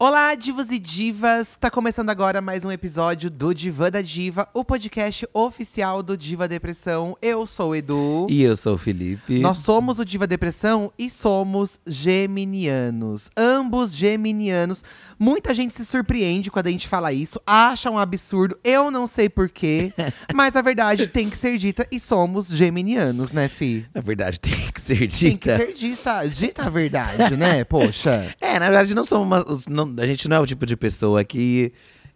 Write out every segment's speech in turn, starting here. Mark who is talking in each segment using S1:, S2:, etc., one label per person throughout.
S1: Olá, divos e divas! Tá começando agora mais um episódio do Divã da Diva, o podcast oficial do Diva Depressão. Eu sou o Edu.
S2: E eu sou o Felipe.
S1: Nós somos o Diva Depressão e somos geminianos. Ambos geminianos. Muita gente se surpreende quando a gente fala isso, acha um absurdo. Eu não sei porquê, mas a verdade tem que ser dita e somos geminianos, né, Fi?
S2: Na verdade, tem que ser dita.
S1: Tem que ser dita, dita a verdade, né? Poxa.
S2: É, na verdade, não somos uma, os- não- a gente não é o tipo de pessoa que.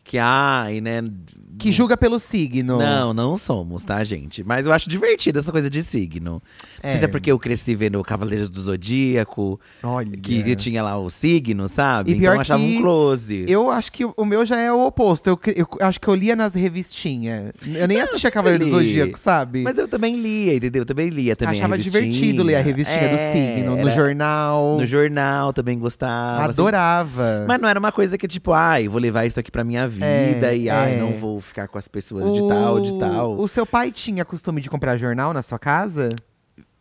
S2: Que, ai, né?
S1: Que julga pelo signo.
S2: Não, não somos, tá, gente? Mas eu acho divertida essa coisa de signo. Não sei se
S1: É.
S2: é porque eu cresci vendo Cavaleiros do Zodíaco,
S1: Olha.
S2: que tinha lá o signo, sabe?
S1: E
S2: então
S1: pior
S2: eu achava
S1: que
S2: um close.
S1: Eu acho que o meu já é o oposto. Eu, cre- eu acho que eu lia nas revistinhas. Eu nem assistia Cavaleiro do
S2: li.
S1: Zodíaco, sabe?
S2: Mas eu também lia, entendeu? Eu também lia também. a
S1: Achava
S2: revistinha.
S1: divertido ler a revistinha
S2: É,
S1: do signo, no
S2: era-
S1: jornal.
S2: No jornal também gostava. assim.
S1: Adorava.
S2: Mas não era uma coisa que, tipo, ai, vou levar isso aqui pra minha vida e ai,
S1: é.
S2: não vou ficar com as pessoas de tal, de tal.
S1: O seu pai tinha costume de comprar jornal na sua casa?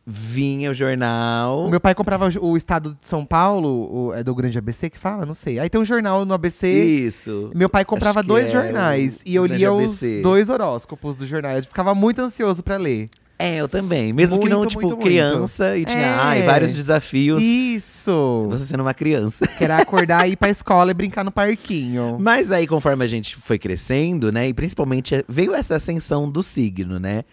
S2: Vinha o
S1: O
S2: jornal.
S1: meu pai comprava o o Estado de São Paulo, o- é do Grande ABC que fala? Não sei. Aí tem um jornal no ABC.
S2: Isso.
S1: Meu pai comprava
S2: Acho que
S1: dois
S2: é,
S1: jornais
S2: o-
S1: e eu
S2: o Grande
S1: lia os
S2: ABC.
S1: dois horóscopos do jornal. Eu ficava muito ansioso pra ler.
S2: É, eu também. Mesmo que
S1: Muito,
S2: não, tipo,
S1: muito,
S2: criança e
S1: muito.
S2: tinha,
S1: É.
S2: ai, vários desafios.
S1: Isso!
S2: Você sendo uma criança.
S1: Que era acordar e ir pra escola e brincar no parquinho.
S2: Mas aí, conforme a gente foi crescendo, né? E principalmente eh, veio essa ascensão do signo, né?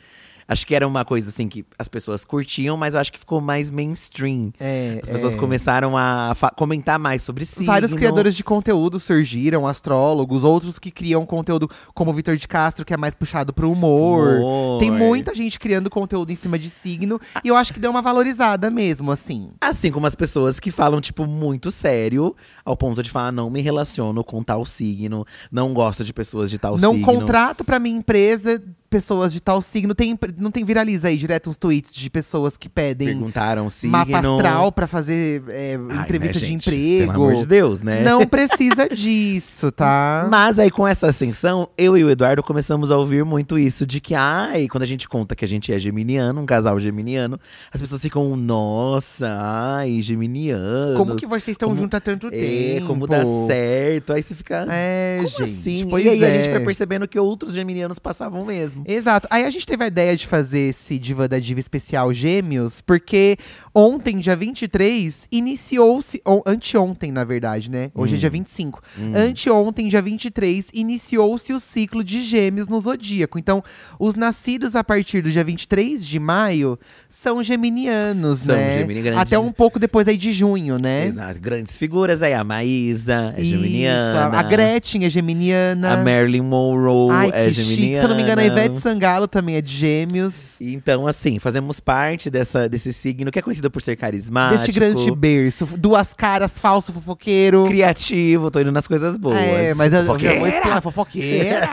S2: Acho que era uma coisa assim que as pessoas curtiam, mas eu acho que ficou mais mainstream.
S1: É,
S2: As pessoas
S1: é.
S2: começaram a fa- comentar mais sobre signo.
S1: Vários criadores de conteúdo surgiram, astrólogos, outros que criam conteúdo, como o Vitor de Castro, que é mais puxado pro humor.
S2: Humor.
S1: Tem muita gente criando conteúdo em cima de signo. E eu acho que deu uma valorizada mesmo, assim.
S2: Assim como as pessoas que falam, tipo, muito sério, ao ponto de falar, não me relaciono com tal signo, não gosto de pessoas de tal
S1: não
S2: signo.
S1: contrato pra minha empresa pessoas de tal signo. Tem, não tem viraliza aí direto uns tweets de pessoas que pedem
S2: Perguntaram signo.
S1: mapa astral pra fazer é,
S2: Ai,
S1: entrevista
S2: né,
S1: de
S2: gente?
S1: emprego.
S2: Pelo amor de Deus, né?
S1: Não precisa disso, tá?
S2: Mas aí, com essa ascensão, eu e o Eduardo começamos a ouvir muito isso de que, ai, quando a gente conta que a gente é geminiano, um casal geminiano, as pessoas ficam, nossa, ai, geminiano.
S1: Como que vocês estão
S2: como-
S1: juntos há tanto
S2: é,
S1: tempo?
S2: como dá certo. Aí você fica.
S1: É,
S2: como
S1: gente.
S2: assim?
S1: Pois
S2: e aí
S1: é.
S2: a gente foi percebendo que outros geminianos passavam mesmo.
S1: Exato. Aí a gente teve a ideia de fazer esse Diva da Diva especial Gêmeos, porque ontem, dia 23, iniciou-se. ou Anteontem, na verdade, né? Hoje é
S2: Hum.
S1: dia 25. Anteontem, dia 23, iniciou-se o ciclo de Gêmeos no zodíaco. Então, os nascidos a partir do dia 23 de maio são geminianos,
S2: São
S1: né?
S2: gemini- grandes-
S1: Até um pouco depois aí de junho, né?
S2: Exato. Grandes figuras aí, a Maísa, é
S1: Isso,
S2: geminiana.
S1: a- A Gretchen é geminiana.
S2: A Marilyn Monroe
S1: Ai,
S2: é
S1: que chique.
S2: geminiana.
S1: Se eu não me engano, a Ivete Sangalo também é de gêmeos.
S2: Então, assim, fazemos parte dessa, desse signo que é conhecido por ser carismático.
S1: Deste grande
S2: tipo
S1: berço. Duas caras, falso, fofoqueiro.
S2: Criativo, tô indo nas coisas boas.
S1: É, mas eu, eu já vou
S2: Fofoqueira!
S1: explicar. Fofoqueira!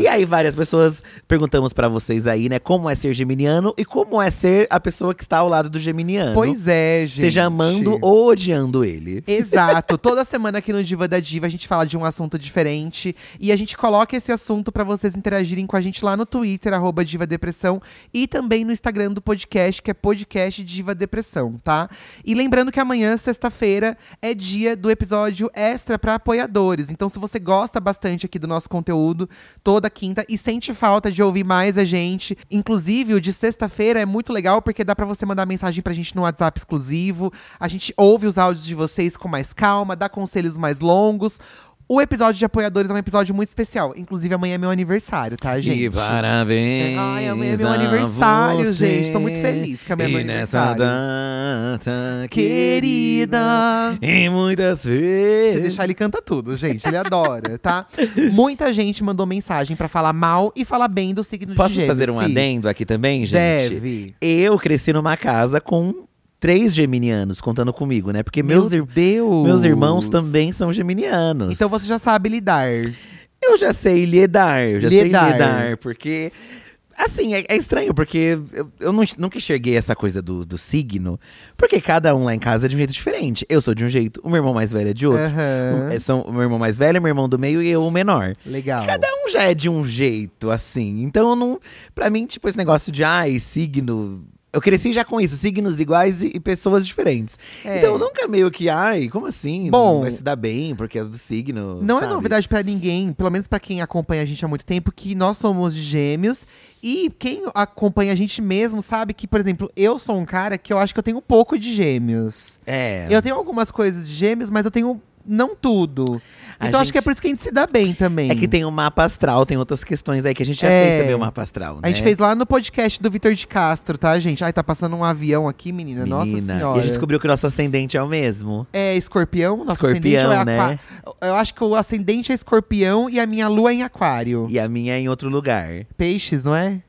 S2: e aí, várias pessoas perguntamos pra vocês aí, né, como é ser geminiano e como é ser a pessoa que está ao lado do geminiano.
S1: pois é, gente.
S2: Seja amando ou odiando ele.
S1: Exato. Toda semana aqui no Diva da Diva a gente fala de um assunto diferente e a gente coloca esse assunto pra vocês interagirem com a gente lá no Twitter arroba Diva Depressão e também no Instagram do podcast, que é podcast Diva Depressão, tá? E lembrando que amanhã, sexta-feira, é dia do episódio extra pra apoiadores. Então, se você gosta bastante aqui do nosso conteúdo toda quinta e sente falta de ouvir mais a gente, inclusive o de sexta-feira é muito legal porque dá pra você mandar mensagem pra gente no WhatsApp exclusivo. A gente ouve os áudios de vocês com mais calma, dá conselhos mais longos. O episódio de apoiadores é um episódio muito especial. Inclusive, amanhã é meu aniversário, tá, gente?
S2: E parabéns.
S1: Ai, amanhã é meu
S2: a
S1: aniversário,
S2: você.
S1: gente. Tô muito feliz que amanhã é meu
S2: E nessa data,
S1: Querida!
S2: querida. E muitas
S1: Se
S2: vezes.
S1: deixar, ele canta tudo, gente. Ele adora, tá? Muita gente mandou mensagem pra falar mal e falar bem do signo
S2: Posso
S1: de gêmeos.
S2: fazer um
S1: fi.
S2: adendo aqui também, gente?
S1: Deve.
S2: Eu cresci numa casa com três geminianos contando comigo, né? Porque meus, ir-
S1: Meu Deus.
S2: meus irmãos também são geminianos.
S1: Então você já sabe lidar.
S2: Eu já sei lidar, eu já
S1: Lidar.
S2: sei lidar, porque. Assim, é, é estranho, porque eu, eu nun- nunca enxerguei essa coisa do, do signo. Porque cada um lá em casa é de um jeito diferente. Eu sou de um jeito, o meu irmão mais velho é de outro.
S1: Aham.
S2: Um- é, São, o meu irmão mais velho, meu irmão do meio e eu o menor.
S1: Legal.
S2: Cada um já é de um jeito, assim. Então, eu não, pra mim, tipo, esse negócio de, ai, signo Eu cresci já com isso, signos iguais e, e pessoas diferentes.
S1: É.
S2: Então nunca meio que, ai, como assim?
S1: Bom.
S2: não vai se dar bem porque é do signo.
S1: Não é
S2: sabe?
S1: novidade pra ninguém, pelo menos pra quem acompanha a gente há muito tempo, que nós somos de gêmeos. E quem acompanha a gente mesmo sabe que, por exemplo, eu sou um cara que eu acho que eu tenho um pouco de gêmeos.
S2: É.
S1: Eu tenho algumas coisas de gêmeos, mas eu tenho não tudo.
S2: A
S1: Então acho
S2: gente-
S1: que é por isso que a gente se dá bem também.
S2: É que tem o mapa astral, tem outras questões aí que a gente já
S1: É.
S2: fez também o mapa astral.
S1: A gente
S2: né?
S1: fez lá no podcast do Vitor de Castro, tá, gente? Ai, tá passando um avião aqui, menina. Nossa
S2: Menina,
S1: senhora.
S2: E a gente descobriu que o nosso ascendente é o mesmo.
S1: É escorpião? Nosso
S2: Escorpião,
S1: ascendente ou é
S2: né?
S1: aqua- Eu acho que o ascendente é escorpião e a minha lua é em aquário.
S2: E a minha é em outro lugar.
S1: Peixes, não é?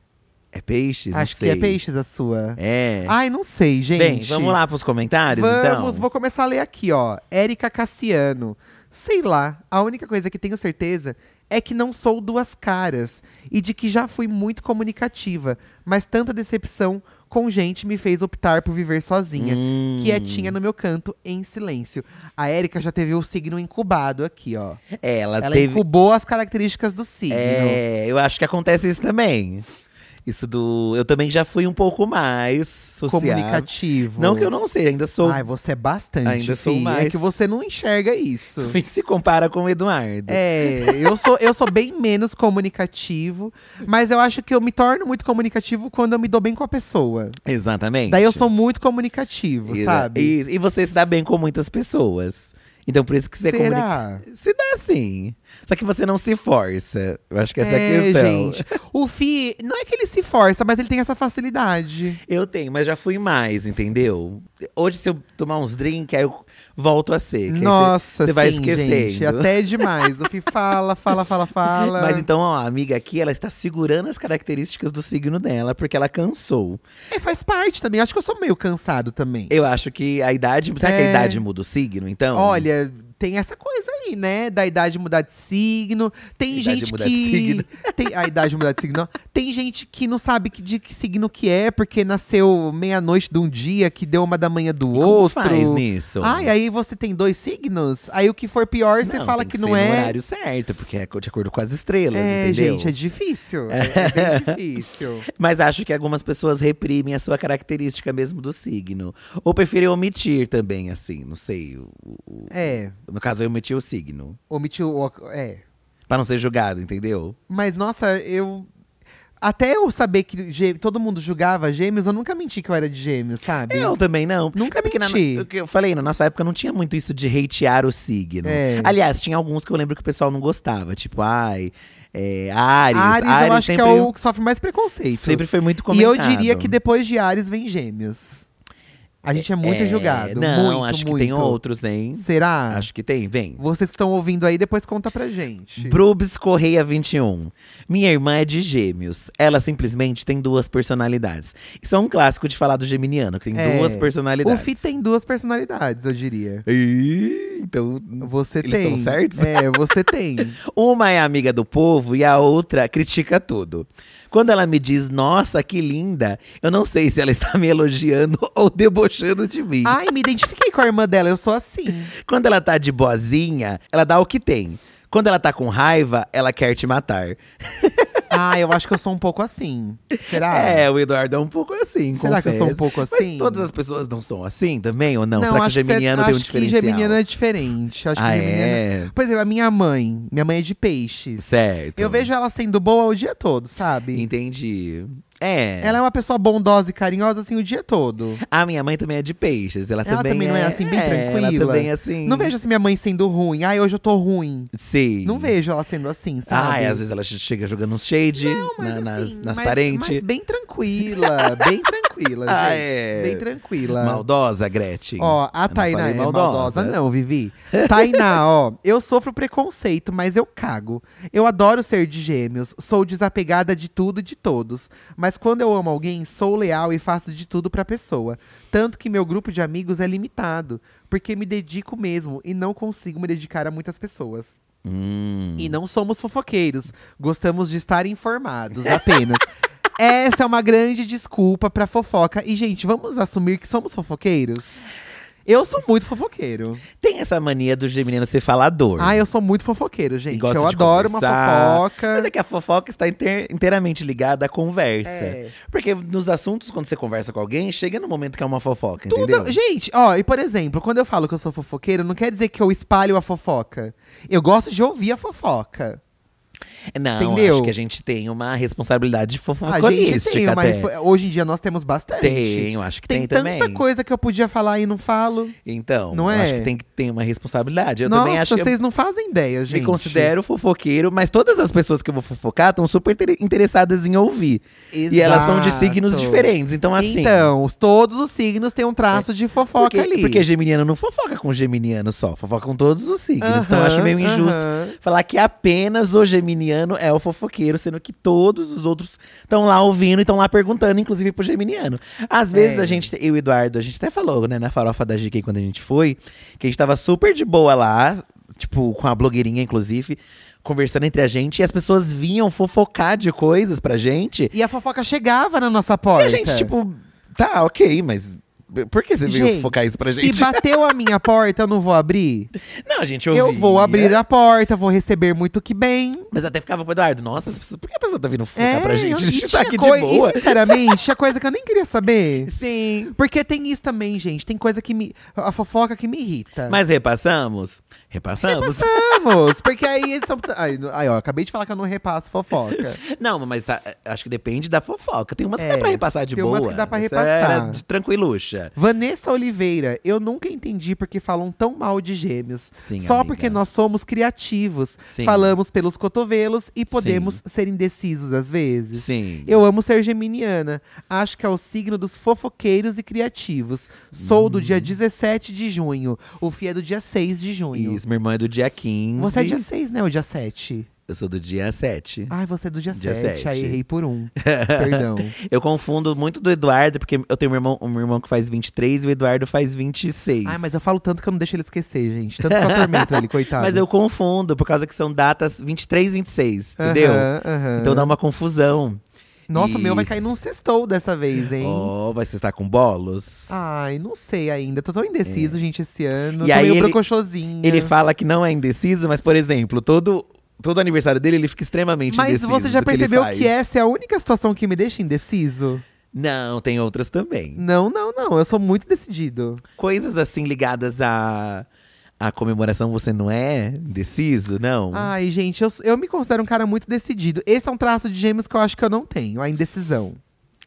S2: É peixes? Não
S1: acho que
S2: sei.
S1: é peixes a sua.
S2: É.
S1: Ai, não sei, gente.
S2: Bem, vamos lá pros comentários,
S1: Vamos,
S2: então?
S1: vou começar a ler aqui, ó. Érica Cassiano. Sei lá, a única coisa que tenho certeza é que não sou duas caras e de que já fui muito comunicativa, mas tanta decepção com gente me fez optar por viver sozinha,
S2: Hum.
S1: quietinha no meu canto, em silêncio. A Érica já teve o signo incubado aqui, ó.
S2: É, ela,
S1: Ela
S2: teve.
S1: incubou as características do signo.
S2: É, eu acho que acontece isso também. Isso do. Eu também já fui um pouco mais social.
S1: comunicativo.
S2: Não que eu não sei, ainda sou.
S1: Ai, você é bastante.
S2: Ainda sou
S1: fi. É
S2: mais.
S1: que você não enxerga isso.
S2: se compara com o Eduardo.
S1: É, eu sou, eu sou bem menos comunicativo, mas eu acho que eu me torno muito comunicativo quando eu me dou bem com a pessoa.
S2: Exatamente.
S1: Daí eu sou muito comunicativo,
S2: Exa-
S1: sabe?
S2: E, e você se dá bem com muitas pessoas. Então por isso que você comunica.
S1: Será?
S2: Se dá sim. Só que você não se força. Eu acho que essa é,
S1: É,
S2: a questão.
S1: gente. O Fi, não é que ele se força, mas ele tem essa facilidade.
S2: Eu tenho, mas já fui mais, entendeu? Hoje, se eu tomar uns drinks, aí eu volto a ser. É que aí
S1: Nossa,
S2: você vai
S1: sim,
S2: esquecendo.
S1: gente. Até é demais. O Fi fala, fala, fala, fala.
S2: Mas então, ó, a amiga aqui, ela está segurando as características do signo dela, porque ela cansou.
S1: É, faz parte também. Acho que eu sou meio cansado também.
S2: Eu acho que a idade. Será que
S1: É.
S2: a idade muda o signo, então?
S1: Olha, tem essa coisa aí, né? Da idade mudar de signo. Tem
S2: Idade
S1: gente
S2: mudar
S1: que.
S2: de signo.
S1: Tem, a idade mudar de signo. não. Tem gente que não sabe que, de que signo que é, porque nasceu meia-noite de um dia, que deu uma da manhã do
S2: E como
S1: outro.
S2: faz nisso?
S1: Ai, aí você tem dois signos? Aí o que for pior, você
S2: Não,
S1: fala
S2: tem
S1: que,
S2: ser
S1: não
S2: no
S1: é.
S2: horário certo, porque é de acordo com as estrelas,
S1: é,
S2: entendeu?
S1: gente, é difícil. É, é bem difícil.
S2: Mas acho que algumas pessoas reprimem a sua característica mesmo do signo. Ou preferem omitir também, assim, não sei. o- o-
S1: É,
S2: No caso, eu omiti o signo.
S1: omitiu. o- É.
S2: Pra não ser julgado, entendeu?
S1: Mas, nossa, eu. Até eu saber que gê- todo mundo julgava gêmeos, eu nunca menti que eu era de gêmeos, sabe?
S2: Eu também não.
S1: Nunca
S2: é porque na-
S1: menti.
S2: o que eu falei, na nossa época não tinha muito isso de hatear o signo.
S1: É.
S2: Aliás, tinha alguns que eu lembro que o pessoal não gostava. Tipo, ai, é, Ares.
S1: Ares, eu acho
S2: sempre, um
S1: que é o que sofre mais preconceito.
S2: sempre foi muito
S1: e
S2: comentado.
S1: eu diria que depois de Ares vem gêmeos. A gente é muito
S2: É,
S1: julgado.
S2: Não,
S1: muito,
S2: acho
S1: muito.
S2: que tem outros, hein?
S1: Será?
S2: Acho que tem, vem.
S1: Vocês que estão ouvindo aí, depois conta pra gente.
S2: Brubs Correia 21. Minha irmã é de gêmeos. Ela simplesmente tem duas personalidades. Isso é um clássico de falar do geminiano, que tem
S1: É.
S2: duas
S1: o
S2: personalidades.
S1: Fi tem duas personalidades, eu diria.
S2: Ih, Então,
S1: Você
S2: Eles
S1: tem.
S2: tão certos?
S1: É, você tem.
S2: uma é amiga do povo e a outra critica tudo. Quando ela me diz, nossa, que linda, eu não sei se ela está me elogiando ou debochando de mim.
S1: Ai, me identifiquei com a irmã dela, eu sou assim.
S2: Quando ela tá de boazinha, ela dá o que tem. Quando ela tá com raiva, ela quer te matar.
S1: Ah, eu acho que eu sou um pouco assim. Será?
S2: É, o Eduardo é um pouco assim,
S1: Será que eu sou um
S2: confesso.
S1: pouco assim?
S2: Mas todas as pessoas não são assim também ou não?
S1: Não,
S2: Será que o
S1: acho cê-
S2: geminiano tem um diferencial?
S1: Acho que geminiano é diferente. Acho que
S2: Ah,
S1: geminiano-
S2: é?
S1: Por exemplo, a minha mãe. Minha mãe é de peixes.
S2: Certo.
S1: Eu vejo ela sendo boa o dia todo, sabe?
S2: Entendi. É.
S1: Ela é uma pessoa bondosa e carinhosa, assim, o dia todo.
S2: A minha mãe também é de peixes. Ela,
S1: Ela também não é, assim, bem tranquila.
S2: Ela também é assim.
S1: Não vejo assim minha mãe sendo ruim. Ai, hoje eu tô ruim.
S2: Sim.
S1: Não vejo ela sendo assim,
S2: Ah,
S1: sabe?
S2: e às vezes ela chega jogando um shade na- nas,
S1: Assim,
S2: nas
S1: mas-
S2: parentes.
S1: Mas bem tranquila, bem tranquila,
S2: Ah,
S1: gente.
S2: é.
S1: Bem tranquila.
S2: Maldosa, Gretchen.
S1: Ó, a
S2: Eu não
S1: Tainá
S2: falei
S1: é maldosa. não, Vivi. Tainá, ó, eu sofro preconceito, mas eu cago. Eu adoro ser de gêmeos, sou desapegada de tudo e de todos. Mas quando eu amo alguém, sou leal e faço de tudo pra pessoa. Tanto que meu grupo de amigos é limitado, porque me dedico mesmo e não consigo me dedicar a muitas pessoas.
S2: Hum.
S1: E não somos fofoqueiros, gostamos de estar informados apenas. Essa é uma grande desculpa pra fofoca. E, gente, vamos assumir que somos fofoqueiros? Eu sou muito fofoqueiro.
S2: Tem essa mania do geminiano ser falador.
S1: Ah, eu sou muito fofoqueiro,
S2: E
S1: gente.
S2: gosta
S1: Eu
S2: de
S1: adoro uma
S2: conversar. Mas
S1: fofoca.
S2: é que a fofoca está inter- inteiramente ligada à conversa.
S1: É.
S2: Porque nos assuntos, quando você conversa com alguém, chega no momento que é uma fofoca,
S1: Tudo-
S2: entendeu?
S1: Gente, ó, e por exemplo, quando eu falo que eu sou fofoqueiro, não quer dizer que eu espalho a fofoca. Eu gosto de ouvir a fofoca.
S2: Não,
S1: Entendeu?
S2: acho que a gente tem uma responsabilidade
S1: A
S2: fofocolística
S1: gente tem uma
S2: até.
S1: respo- Hoje em dia nós temos bastante.
S2: Tem, eu acho que tem,
S1: Tem tanta
S2: também.
S1: coisa que eu podia falar e não falo.
S2: Então,
S1: Não
S2: eu acho
S1: é?
S2: que tem que ter uma responsabilidade. Eu também
S1: Nossa,
S2: acho que eu
S1: vocês não fazem ideia, gente.
S2: me considero fofoqueiro, mas todas as pessoas que eu vou fofocar estão super inter- interessadas em ouvir. E elas são de signos
S1: Exato.
S2: diferentes, então assim… É.
S1: Então, os- todos os signos têm um traço de fofoca
S2: porque,
S1: ali.
S2: Porque geminiano não fofoca com geminiano só, fofoca com todos os signos. então eu
S1: Aham,
S2: acho meio injusto
S1: aham.
S2: falar que apenas o geminiano é o fofoqueiro, sendo que todos os outros estão lá ouvindo e estão lá perguntando, inclusive pro geminiano. Às vezes
S1: É.
S2: a gente, eu e o Eduardo, a gente até falou, né, na farofa da GK quando a gente foi, que a gente tava super de boa lá, tipo, com a blogueirinha, inclusive, conversando entre a gente, e as pessoas vinham fofocar de coisas pra gente.
S1: E a fofoca chegava na nossa porta.
S2: E a gente, tipo, tá, ok, mas. Por que você veio
S1: Gente,
S2: fofocar isso pra gente?
S1: Se bateu a minha porta, eu não vou abrir.
S2: Não, a gente,
S1: Eu
S2: ouvia.
S1: vou abrir a porta, vou receber muito que bem.
S2: Mas até ficava pro Eduardo, nossa, as pessoas- por que a pessoa tá vindo fofocar pra gente?
S1: eu-
S2: A
S1: É, e
S2: gente tá
S1: tinha
S2: aqui de
S1: coi- é
S2: boa.
S1: E sinceramente, é coisa que eu nem queria saber.
S2: Sim.
S1: Porque tem isso também, gente. Tem coisa que me. A fofoca que me irrita.
S2: Mas repassamos? Repassamos?
S1: Passamos! Porque aí eles são. Ai, no- ai, ó, acabei de falar que eu não repasso fofoca.
S2: Não, mas a- acho que depende da fofoca. Tem umas que
S1: É,
S2: dá pra repassar de
S1: tem
S2: boa.
S1: umas que dá pra
S2: Isso
S1: repassar.
S2: Era de tranquiluxa.
S1: Vanessa Oliveira, eu nunca entendi porque falam tão mal de gêmeos.
S2: Sim,
S1: Só
S2: amiga.
S1: porque nós somos criativos.
S2: Sim.
S1: Falamos pelos cotovelos e podemos ser indecisos às vezes.
S2: Sim.
S1: Eu amo ser geminiana. Acho que é o signo dos fofoqueiros e criativos. Sou do
S2: Hum.
S1: dia 17 de junho. O Fih é do dia 6 de junho.
S2: Isso, minha irmã é do dia 15.
S1: Você é dia 6, né? Ou dia 7?
S2: Eu sou do dia 7.
S1: Ai, você é do dia,
S2: Dia
S1: 7. Aí
S2: 7.
S1: errei por um. Perdão.
S2: Eu confundo muito do Eduardo, porque eu tenho um irmão, um irmão que faz 23 e o Eduardo faz 26.
S1: Ai, mas eu falo tanto que eu não deixo ele esquecer, gente. Tanto que eu atormento ele, coitado.
S2: Mas eu confundo, por causa que são datas 23 e 26, entendeu?
S1: Aham, aham.
S2: Então dá uma confusão.
S1: Nossa, o
S2: E-
S1: meu vai cair num sextou dessa vez, hein?
S2: Ó, Oh, mas você está com bolos?
S1: Ai, não sei ainda. Tô tão indeciso, gente, esse ano.
S2: É. E
S1: Tô
S2: aí
S1: meio
S2: ele-
S1: brocochosinha.
S2: Ele fala que não é indeciso, mas, por exemplo, todo, todo aniversário dele ele fica extremamente
S1: Mas
S2: indeciso.
S1: você já
S2: do que ele
S1: percebeu que,
S2: faz.
S1: essa é a única situação que me deixa indeciso?
S2: Não, tem outras também.
S1: Não, não, não. Eu sou muito decidido.
S2: Coisas assim ligadas à, à comemoração, você não é indeciso, não?
S1: Ai, gente, eu, eu me considero um cara muito decidido. Esse é um traço de gêmeos que eu acho que eu não tenho, a indecisão.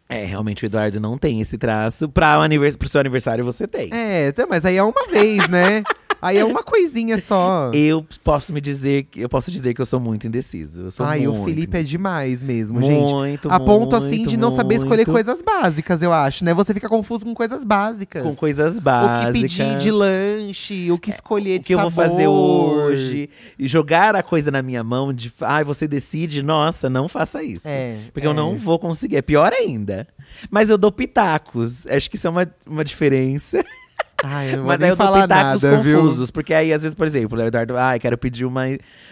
S2: É, realmente o Eduardo não tem esse traço. Para o anivers pro seu aniversário você tem.
S1: É, tá, mas aí é uma vez, né? Aí é uma coisinha só.
S2: Eu posso me dizer que eu posso dizer que eu sou muito indeciso. Eu sou
S1: Ai,
S2: muito,
S1: o Felipe é demais mesmo, gente.
S2: muito,
S1: a ponto
S2: muito,
S1: assim de não saber escolher
S2: muito.
S1: coisas básicas, eu acho, né? Você fica confuso com coisas básicas.
S2: com coisas
S1: o que
S2: básicas.
S1: pedir de lanche, o que escolher
S2: o
S1: de
S2: que eu vou
S1: sabor.
S2: fazer hoje. E jogar a coisa na minha mão de. Ai, você decide, nossa, não faça isso.
S1: É,
S2: porque eu
S1: é.
S2: não vou conseguir. É pior ainda. Mas eu dou pitacos. Acho que isso é uma, uma diferença.
S1: Ai, eu não vou
S2: Mas aí
S1: nem
S2: eu dou
S1: falar
S2: pitacos
S1: nada, viu?
S2: confusos. Porque aí, às vezes, por exemplo, o Eduardo, ai, quero pedir uma.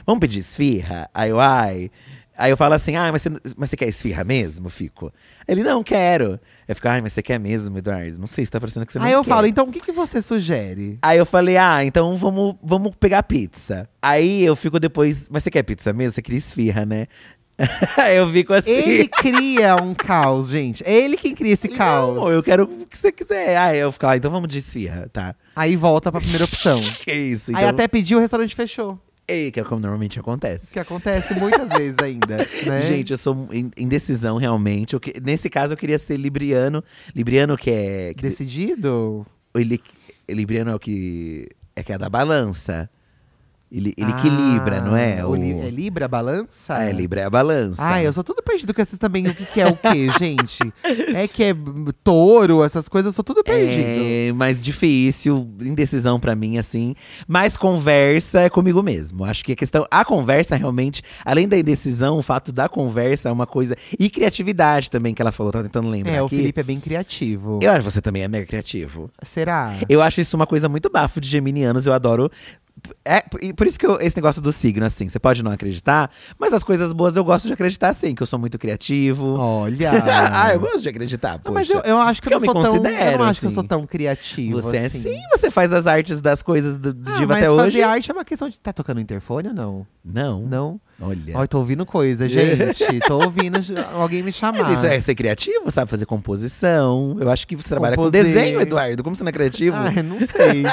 S2: Vamos pedir esfirra? Aí eu, ai. Aí eu falo assim, ah, mas você, mas você quer esfirra mesmo? Fico. Ele, não, quero. Eu fico, ai, mas você quer mesmo, Eduardo? Não sei, se tá parecendo que você não
S1: Aí eu
S2: quer.
S1: falo, então o que, que você sugere?
S2: Aí eu falei, ah, então vamos, vamos pegar pizza. Aí eu fico depois, mas você quer pizza mesmo? Você queria esfirra, né? Aí eu fico assim.
S1: Ele cria um caos, gente. É ele quem cria esse caos.
S2: Não, eu quero o que você quiser. Aí eu fico lá, então vamos de esfirra, tá?
S1: Aí volta pra primeira opção.
S2: Que isso,
S1: Aí
S2: então.
S1: até pediu, o restaurante fechou.
S2: Ei, que é como normalmente
S1: Isso
S2: acontece.
S1: que acontece muitas vezes ainda, né?
S2: Gente, eu sou in- indecisão, realmente. Eu que- nesse caso, eu queria ser libriano. Libriano que é. que-
S1: Decidido?
S2: ele, libriano é o que. É que é da balança. Ele, ele
S1: Ah,
S2: equilibra, não é?
S1: o li- É Libra, balança?
S2: É, Libra é a balança.
S1: Ah, eu sou tudo perdido com esses também. O que, que é o quê, gente? É que é b- touro, essas coisas, eu sou tudo perdido.
S2: É, mas difícil, indecisão pra mim, assim. Mas conversa é comigo mesmo. Acho que a questão. A conversa realmente, além da indecisão, o fato da conversa é uma coisa. E criatividade também, que ela falou, tava tentando lembrar.
S1: É, o
S2: aqui.
S1: Felipe é bem criativo.
S2: Eu acho que você também é meio criativo.
S1: Será?
S2: Eu acho isso uma coisa muito bafo de geminianos. Eu adoro É, por- e por isso que eu- esse negócio do signo, assim, você pode não acreditar, mas as coisas boas eu gosto de acreditar, sim, que eu sou muito criativo.
S1: Olha.
S2: ah, eu gosto de acreditar,
S1: Ah,
S2: poxa.
S1: mas eu, eu acho que eu,
S2: Eu
S1: não
S2: me
S1: sou tão. Eu
S2: considero,
S1: não acho que eu
S2: assim.
S1: sou tão criativo.
S2: Você é
S1: assim.
S2: sim, você faz as artes das coisas do, do
S1: Ah,
S2: Diva
S1: mas
S2: até
S1: fazer
S2: hoje. Hum.
S1: arte é uma questão de. Tá tocando interfone ou não?
S2: Não.
S1: Não.
S2: Olha.
S1: Ai, tô ouvindo coisa, gente. tô ouvindo alguém me chamar.
S2: Mas isso é ser criativo, sabe? Fazer composição. Eu acho que você trabalha
S1: Composer.
S2: com desenho, Eduardo. Como você não é criativo?
S1: Ah, eu não sei.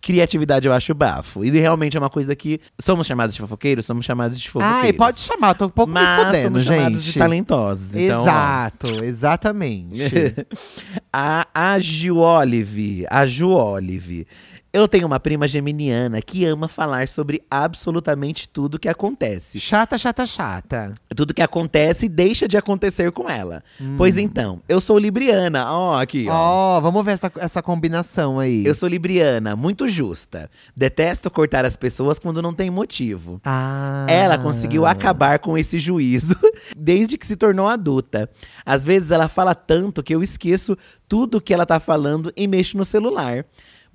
S2: Criatividade eu acho bafo. E realmente é uma coisa que. Somos chamados de fofoqueiros? Somos chamados de fofoqueiros.
S1: Ai, Ah, pode chamar, eu tô um pouco
S2: Mas
S1: me fudendo,
S2: somos
S1: gente.
S2: chamados de talentosos. Então, ó.
S1: Exato, exatamente.
S2: a, a Ju Olive. A Ju Olive. Eu tenho uma prima geminiana que ama falar sobre absolutamente tudo que acontece.
S1: chata, chata, chata.
S2: Tudo que acontece e deixa de acontecer com ela. Pois então, eu sou libriana. Ó, aqui, ó.
S1: Ó, vamos ver essa, essa combinação aí.
S2: Eu sou libriana, muito justa. Detesto cortar as pessoas quando não tem motivo.
S1: Ah.
S2: Ela conseguiu acabar com esse juízo desde que se tornou adulta. Às vezes ela fala tanto que eu esqueço tudo que ela tá falando e mexo no celular.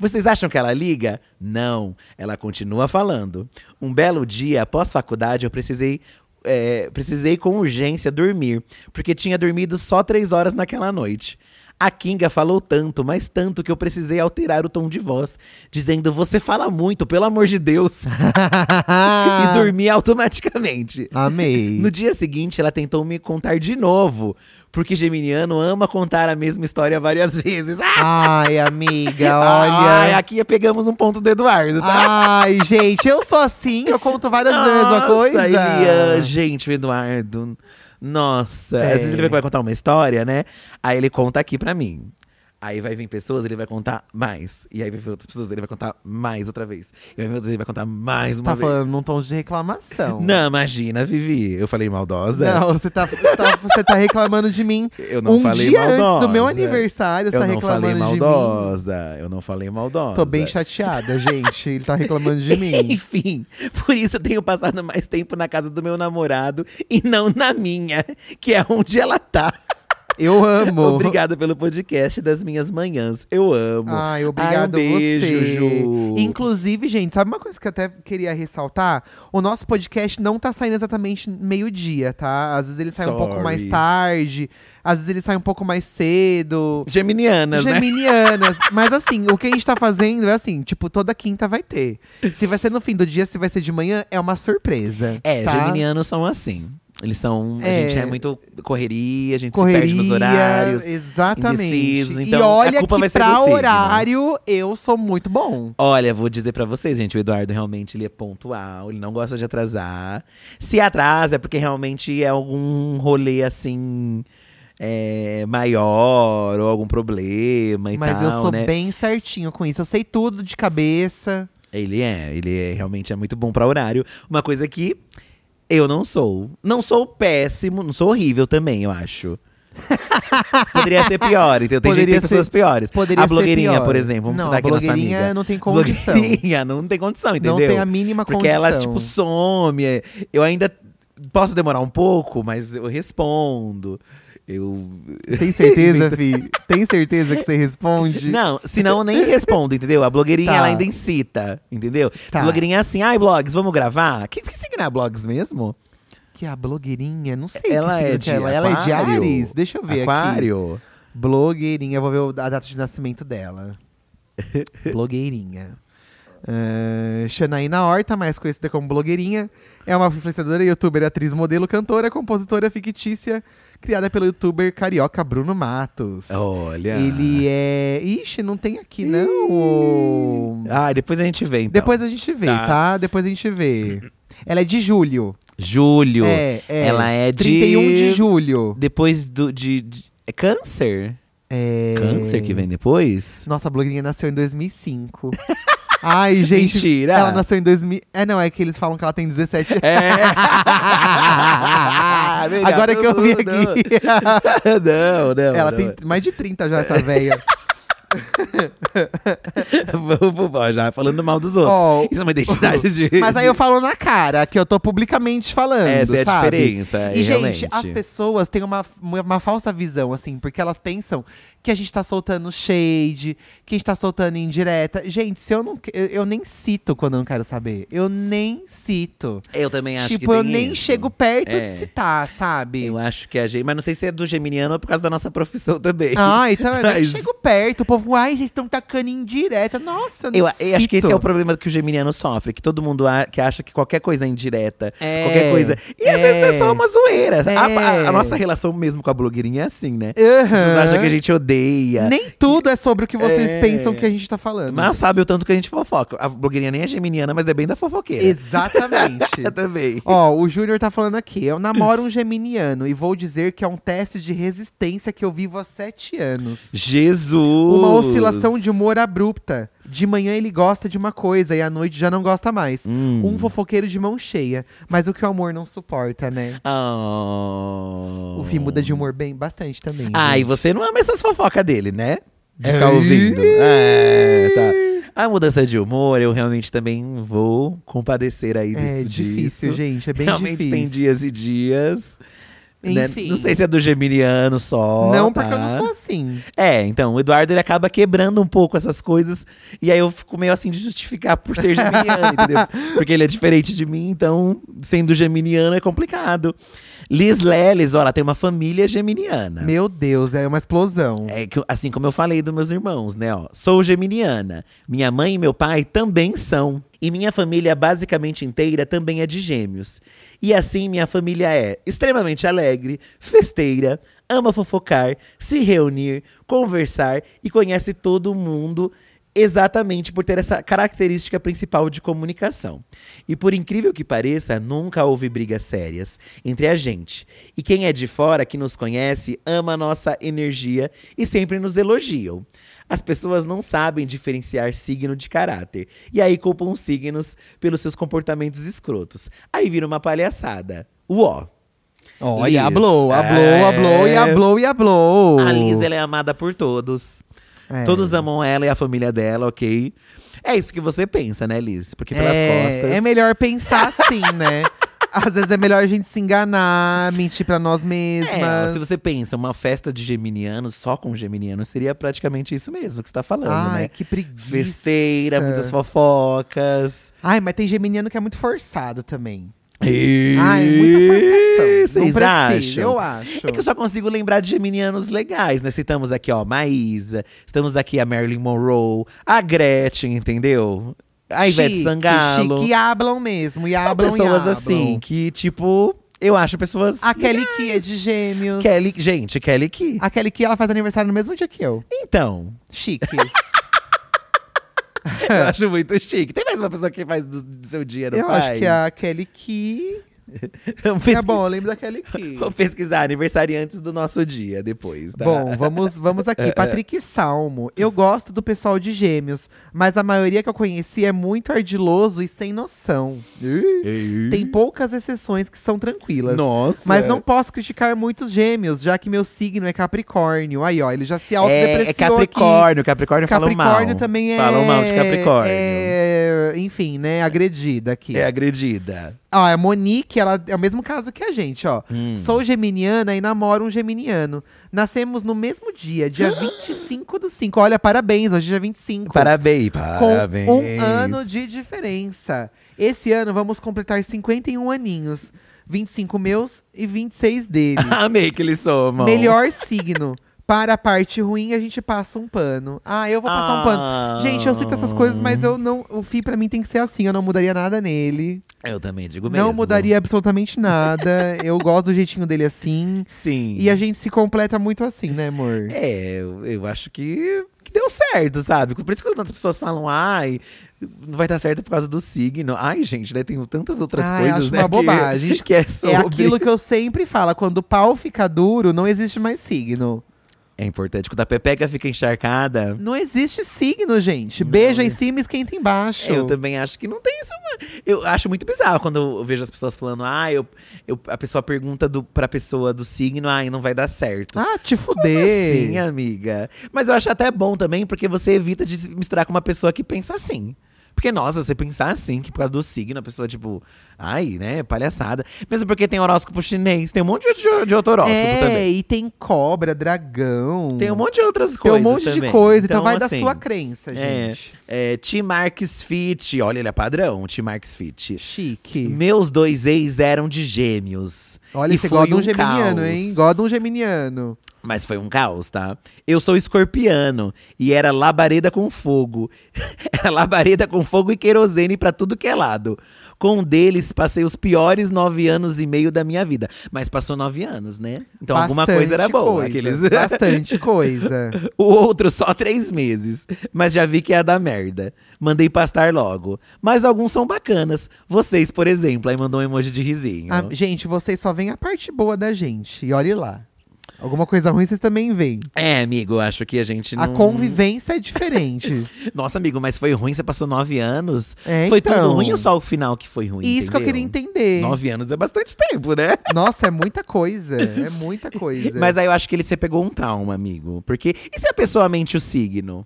S2: Vocês acham que ela liga? Não, ela continua falando. Um belo dia, após faculdade, eu precisei. é, precisei com urgência dormir, porque tinha dormido só três horas naquela noite. A Kinga falou tanto, mas tanto que eu precisei alterar o tom de voz, dizendo: Você fala muito, pelo amor de Deus
S1: Ah.
S2: e dormir automaticamente.
S1: Amei.
S2: No dia seguinte, ela tentou me contar de novo, porque Geminiano ama contar a mesma história várias vezes. Ah,
S1: Ai, amiga,
S2: Ai,
S1: olha.
S2: aqui pegamos um ponto do Eduardo, tá?
S1: Ai, gente, eu sou assim, eu conto várias vezes a mesma coisa.
S2: Elian, gente, o Eduardo. Nossa,
S1: É.
S2: às vezes ele vai contar uma história, né? Aí ele conta aqui pra mim. Aí vai vir pessoas, ele vai contar mais. E aí vai vir outras pessoas, ele vai contar mais outra vez. E vai vir outras, ele vai contar mais uma
S1: tá
S2: vez.
S1: falando num tom de reclamação.
S2: Não, imagina, Vivi. Eu falei maldosa?
S1: Não, você tá, você tá- você tá reclamando de mim.
S2: Eu não
S1: um
S2: falei
S1: dia
S2: maldosa.
S1: antes do meu aniversário, você
S2: Eu
S1: tá
S2: não
S1: reclamando
S2: falei
S1: de mim.
S2: maldosa. Eu não falei maldosa.
S1: Tô bem chateada, gente. Ele tá reclamando de mim.
S2: Enfim, por isso eu tenho passado mais tempo na casa do meu namorado e não na minha, que é onde ela tá.
S1: Eu amo.
S2: Obrigada pelo podcast das minhas manhãs. Eu amo.
S1: Ai, obrigado
S2: Ai, um beijo,
S1: você.
S2: Ju.
S1: Inclusive, gente, sabe uma coisa que eu até queria ressaltar? O nosso podcast não tá saindo exatamente meio-dia, tá? Às vezes ele sai um pouco
S2: Sorry.
S1: mais tarde, às vezes ele sai um pouco mais cedo.
S2: Geminianas, né?
S1: Geminianas. Mas assim, o que a gente tá fazendo é assim, tipo, toda quinta vai ter. Se vai ser no fim do dia, se vai ser de manhã, é uma surpresa.
S2: É,
S1: tá?
S2: geminianos são assim. Eles são.
S1: É.
S2: A gente é muito correria, a gente se perde nos
S1: Correria,
S2: horários.
S1: exatamente.
S2: indecisos,
S1: e
S2: então, a
S1: olha
S2: culpa
S1: que
S2: vai ser do
S1: pra
S2: signo.
S1: horário, eu sou muito bom.
S2: Olha, vou dizer pra vocês, gente, o Eduardo realmente ele é pontual, ele não gosta de atrasar. Se atrasa é porque realmente é algum rolê assim é, maior ou algum problema e
S1: Mas
S2: tal,
S1: eu sou
S2: né?
S1: bem certinho com isso. Eu sei tudo de cabeça.
S2: Ele é, ele é, realmente é muito bom pra horário. Uma coisa que eu não sou. Não sou péssimo, não sou horrível também, eu acho. Poderia ser pior, entendeu? Tem, gente-
S1: Poderia
S2: tem pessoas
S1: ser-
S2: piores.
S1: poderia
S2: a
S1: ser
S2: blogueirinha,
S1: pior.
S2: por exemplo, vamos
S1: Não,
S2: citar
S1: a
S2: aqui nossa
S1: blogueirinha
S2: amiga.
S1: não tem condição.
S2: Blogueirinha não tem condição, entendeu?
S1: Não tem a mínima
S2: Porque
S1: condição.
S2: ela, tipo, some. Eu ainda posso demorar um pouco, mas eu respondo. Eu.
S1: Tem certeza, Fi? Tem certeza que você responde?
S2: Não, senão eu nem respondo, entendeu? A blogueirinha,
S1: Tá.
S2: ela ainda incita, entendeu?
S1: Tá.
S2: A blogueirinha é assim, ai, blogs, vamos gravar? Que, que signo é a blogs mesmo?
S1: Que a blogueirinha, não sei
S2: ela
S1: que
S2: é
S1: signo que
S2: de
S1: ela. é. Ela é de
S2: aquário?
S1: Ares? Deixa eu ver aqui.
S2: aquário.
S1: Blogueirinha, eu vou ver o- a data de nascimento dela. blogueirinha. Ah, Xanaína Horta, mais conhecida como blogueirinha, é uma influenciadora, youtuber, atriz, modelo, cantora, compositora fictícia, criada pelo youtuber carioca Bruno Matos.
S2: Olha.
S1: Ele é. Ixi, não tem aqui, não.
S2: Ah, depois a gente vê, então.
S1: Depois a gente vê, tá.
S2: Tá.
S1: Depois a gente vê. Ela é de julho.
S2: Julho.
S1: É, é.
S2: Ela é de…
S1: 31 de julho.
S2: Depois do… De, de- É câncer?
S1: É...
S2: Câncer que vem depois?
S1: Nossa, a blogueirinha nasceu em 2005. Ai, gente.
S2: Mentira!
S1: Ela nasceu em 2000. É, não, é que eles falam que ela tem 17 anos.
S2: É! Melhor
S1: Agora que eu vi
S2: tudo.
S1: aqui.
S2: não, não,
S1: ela
S2: não.
S1: tem mais de 30 já, essa velha.
S2: Vou- vou- vou, já falando mal dos outros.
S1: Ó,
S2: Isso é uma identidade de.
S1: Mas aí eu falo na cara, que eu tô publicamente falando.
S2: Essa é a
S1: sabe?
S2: diferença, é,
S1: E,
S2: realmente.
S1: gente, as pessoas têm uma, uma, uma falsa visão, assim, porque elas pensam que a gente tá soltando shade, que a gente tá soltando indireta. Gente, se eu não. que- Eu, eu nem cito quando eu não quero saber. Eu nem cito.
S2: Eu também acho que
S1: tipo, eu
S2: tem
S1: nem
S2: isso.
S1: chego perto
S2: É.
S1: de citar, sabe?
S2: Eu acho que a gente. Mas não sei se é do geminiano ou por causa da nossa profissão também.
S1: Ah, então eu nem
S2: Mas-
S1: chego perto. O povo, ai, vocês estão tacando indireta. Nossa, eu nem
S2: Eu, eu acho que esse
S1: cito.
S2: é o problema que o geminiano sofre, que todo mundo a- que acha que qualquer coisa é indireta,
S1: É.
S2: qualquer coisa. E às
S1: É.
S2: vezes é só uma zoeira. A- A,
S1: É.
S2: a nossa relação mesmo com a blogueirinha é assim, né?
S1: Aham.
S2: As pessoas acham que a gente odeia.
S1: Nem tudo é sobre o que vocês
S2: É.
S1: pensam que a gente tá falando.
S2: Mas sabe o tanto que a gente fofoca. A blogueirinha nem é geminiana, mas é bem da fofoqueira.
S1: Exatamente.
S2: Eu também.
S1: Ó, o Júnior tá falando aqui. Eu namoro um geminiano e vou dizer que é um teste de resistência que eu vivo há sete anos.
S2: Jesus!
S1: Uma oscilação de humor abrupta. De manhã ele gosta de uma coisa e à noite já não gosta mais.
S2: Hum.
S1: Um fofoqueiro de mão cheia. Mas o que o amor não suporta, né?
S2: Oh.
S1: O fim muda de humor bem bastante também.
S2: Ah,
S1: viu?
S2: e você não ama essas fofocas dele, né? De
S1: É.
S2: ficar ouvindo. É, tá. A mudança de humor, eu realmente também vou compadecer aí disso.
S1: é difícil,
S2: disso.
S1: gente. É bem
S2: realmente tem
S1: difícil.
S2: dias e dias. né?
S1: Enfim.
S2: Não sei se é do geminiano só.
S1: não, porque eu
S2: tá?
S1: não sou assim.
S2: É, então, o Eduardo ele acaba quebrando um pouco essas coisas. E aí eu fico meio assim de justificar por ser geminiano, entendeu? Porque ele é diferente de mim, então, sendo geminiano é complicado. Liz Leles, olha, tem uma família geminiana.
S1: Meu Deus, é uma explosão.
S2: É que, eu- assim como eu falei dos meus irmãos, né? Ó, sou geminiana. Minha mãe e meu pai também são. E minha família basicamente inteira também é de gêmeos. E assim minha família é extremamente alegre, festeira, ama fofocar, se reunir, conversar e conhece todo mundo exatamente por ter essa característica principal de comunicação. E por incrível que pareça, nunca houve brigas sérias entre a gente. E quem é de fora, que nos conhece, ama a nossa energia e sempre nos elogiam. As pessoas não sabem diferenciar signo de caráter. E aí culpam os signos pelos seus comportamentos escrotos. Aí vira uma palhaçada. Uó!
S1: Olha,
S2: Liz,
S1: a blow, a blow,
S2: é.
S1: a blow, e a blow, e a blow.
S2: A Liz, ela é amada por todos.
S1: É.
S2: Todos amam ela e a família dela, ok? É isso que você pensa, né, Liz? Porque pelas
S1: é,
S2: costas.
S1: É melhor pensar assim, né? Às vezes é melhor a gente se enganar, mentir pra nós mesmas.
S2: É, se você pensa, uma festa de geminianos só com geminianos seria praticamente isso mesmo que você tá falando,
S1: Ai,
S2: né?
S1: que preguiça.
S2: Festeira, muitas fofocas.
S1: Ai, mas tem geminiano que é muito forçado também.
S2: E...
S1: Ai, muita forçação. Não
S2: Vocês
S1: precisa,
S2: acham?
S1: eu acho.
S2: É que eu só consigo lembrar de geminianos legais, né? Citamos aqui, ó, Maísa. Estamos aqui a Marilyn Monroe, a Gretchen, entendeu? A Ivete
S1: Chique,
S2: Sangalo.
S1: Chique, e hablam mesmo, e
S2: São
S1: hablam, e
S2: pessoas
S1: hablam.
S2: assim, que tipo… Eu acho pessoas…
S1: A Kelly Key é de gêmeos.
S2: Kelly, gente, Kelly Key.
S1: A Kelly Key, ela faz aniversário no mesmo dia que eu.
S2: Então…
S1: Chique.
S2: Eu acho muito chique. Tem mais uma pessoa que faz do, do seu dia, não
S1: eu
S2: faz?
S1: acho que a Kelly Key…
S2: Vamos
S1: Tá
S2: pesquisar,
S1: bom, eu lembro da Kelly Key.
S2: vou pesquisar aniversariantes do nosso dia depois, tá?
S1: Bom, vamos, vamos
S2: É,
S1: aqui. Patrick Salmo. Eu gosto do pessoal de gêmeos, mas a maioria que eu conheci é muito ardiloso e sem noção. Ih,
S2: Ei.
S1: Tem poucas exceções que são tranquilas.
S2: Nossa. é.
S1: Mas não posso criticar muitos gêmeos, já que meu signo é Capricórnio. Aí, ó, ele já se
S2: é, é
S1: autodepreciou aqui.
S2: Capricórnio, Capricórnio falam mal.
S1: Capricórnio também é.
S2: Falam mal de Capricórnio. É,
S1: É, enfim, né? Agredida aqui.
S2: agredida.
S1: Ó, a Monique, ela é o mesmo caso que a gente, ó. Sou geminiana e namoro um geminiano. Nascemos no mesmo dia, dia 25 do 5. Olha, parabéns, hoje é dia 25.
S2: Parabéns,
S1: Com
S2: parabéns.
S1: um ano de diferença. Esse ano vamos completar 51 aninhos. 25 meus e 26 dele.
S2: Amei que eles somam.
S1: Melhor signo. Para a parte ruim, a gente passa um pano. Ah, eu vou passar um
S2: Ah.
S1: pano. Gente, eu cito essas coisas, mas eu não. O FI pra mim tem que ser assim. Eu não mudaria nada nele.
S2: Eu também digo mesmo.
S1: Não mudaria absolutamente nada. eu gosto do jeitinho dele assim.
S2: Sim.
S1: E a gente se completa muito assim, né, amor?
S2: É, eu, eu acho que, que deu certo, sabe? Por isso que tantas pessoas falam, ai, não vai dar certo por causa do signo. Ai, gente, né? Tem tantas outras
S1: Ai,
S2: coisas,
S1: acho
S2: né?
S1: uma
S2: que-
S1: bobagem.
S2: Que, é sobre.
S1: É aquilo que eu sempre falo. Quando o pau fica duro, não existe mais signo.
S2: É importante. Quando a pepeca fica encharcada,
S1: Não existe signo, gente. Beija em cima e esquenta embaixo.
S2: Eu também acho que não tem isso. né? Eu acho muito bizarro quando eu vejo as pessoas falando, ah, eu, eu- a pessoa pergunta do, pra pessoa do signo, ah, e não vai dar certo.
S1: Ah, te fuder.
S2: Sim, assim, amiga. Mas eu acho até bom também, porque você evita de se misturar com uma pessoa que pensa assim. Porque, nossa, você pensar assim, que por causa do signo, a pessoa, tipo, ai, né, palhaçada. Mesmo porque tem horóscopo chinês, tem um monte de, outro- de outro horóscopo
S1: é,
S2: também.
S1: e tem cobra, dragão.
S2: Tem um monte de outras
S1: Tem um
S2: coisas.
S1: monte
S2: também.
S1: de coisa. Então, vai da
S2: assim,
S1: sua crença,
S2: É,
S1: gente.
S2: é, T. Marques Fit, olha, ele é padrão, T. Marques Fit.
S1: Chique.
S2: Meus dois ex eram de gêmeos.
S1: Olha,
S2: E
S1: você
S2: foi
S1: gosta de um
S2: um
S1: geminiano,
S2: caos.
S1: hein? Gosta de um geminiano.
S2: Mas foi um caos, tá? Eu sou escorpiano e era labareda com fogo. era labareda com fogo e querosene pra tudo que é lado. Com um deles, passei os piores nove anos e meio da minha vida. Mas passou nove anos, né? Então alguma
S1: Bastante
S2: coisa era boa. Aqueles...
S1: Bastante coisa.
S2: O outro só três meses, mas já vi que é a da merda. Mandei pastar logo. Mas alguns são bacanas. Vocês, por exemplo, aí mandou um emoji de risinho.
S1: Ah, gente, vocês só veem a parte boa da gente. E olhe lá. Alguma coisa ruim vocês também veem.
S2: É, amigo, acho que a gente não.
S1: A convivência é diferente.
S2: Nossa, amigo, mas foi ruim, você passou nove anos.
S1: É,
S2: foi
S1: então.
S2: tudo ruim ou só o final que foi ruim?
S1: E isso que eu queria
S2: entendeu?
S1: entender.
S2: Nove anos é bastante tempo, né?
S1: Nossa, é muita coisa. É muita coisa.
S2: Mas aí eu acho que ele você pegou um trauma, amigo. Porque. E se a pessoa mente o signo?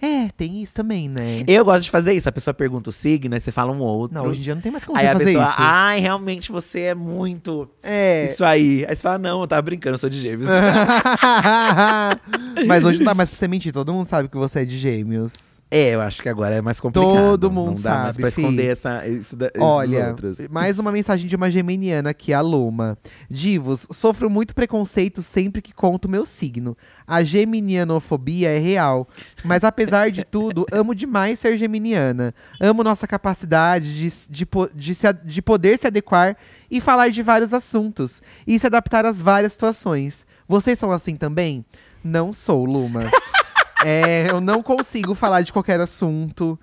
S1: É, tem isso também, né?
S2: Eu gosto de fazer isso. A pessoa pergunta o signo, aí você fala um outro.
S1: Não, hoje em dia não tem mais como
S2: aí
S1: você
S2: a
S1: fazer
S2: pessoa,
S1: isso.
S2: ai, realmente você é muito.
S1: É. Ah.
S2: Isso aí. Aí você fala, não, eu tava brincando, eu sou de gêmeos.
S1: Mas hoje não dá mais pra você mentir. Todo mundo sabe que você é de gêmeos.
S2: é, eu acho que agora é mais complicado.
S1: Todo mundo
S2: Não dá mais
S1: sabe,
S2: pra
S1: fi.
S2: esconder essa, isso, da, isso dos
S1: Olha,
S2: outros.
S1: mais uma mensagem de uma geminiana aqui, a Luma. Divos, sofro muito preconceito sempre que conto meu signo. A geminianofobia é real. Mas apesar de tudo, amo demais ser geminiana. Amo nossa capacidade de, s- de, po- de, se a- de poder se adequar e falar de vários assuntos. E se adaptar às várias situações. Vocês são assim também? Não sou, Luma. É, eu não consigo falar de qualquer assunto.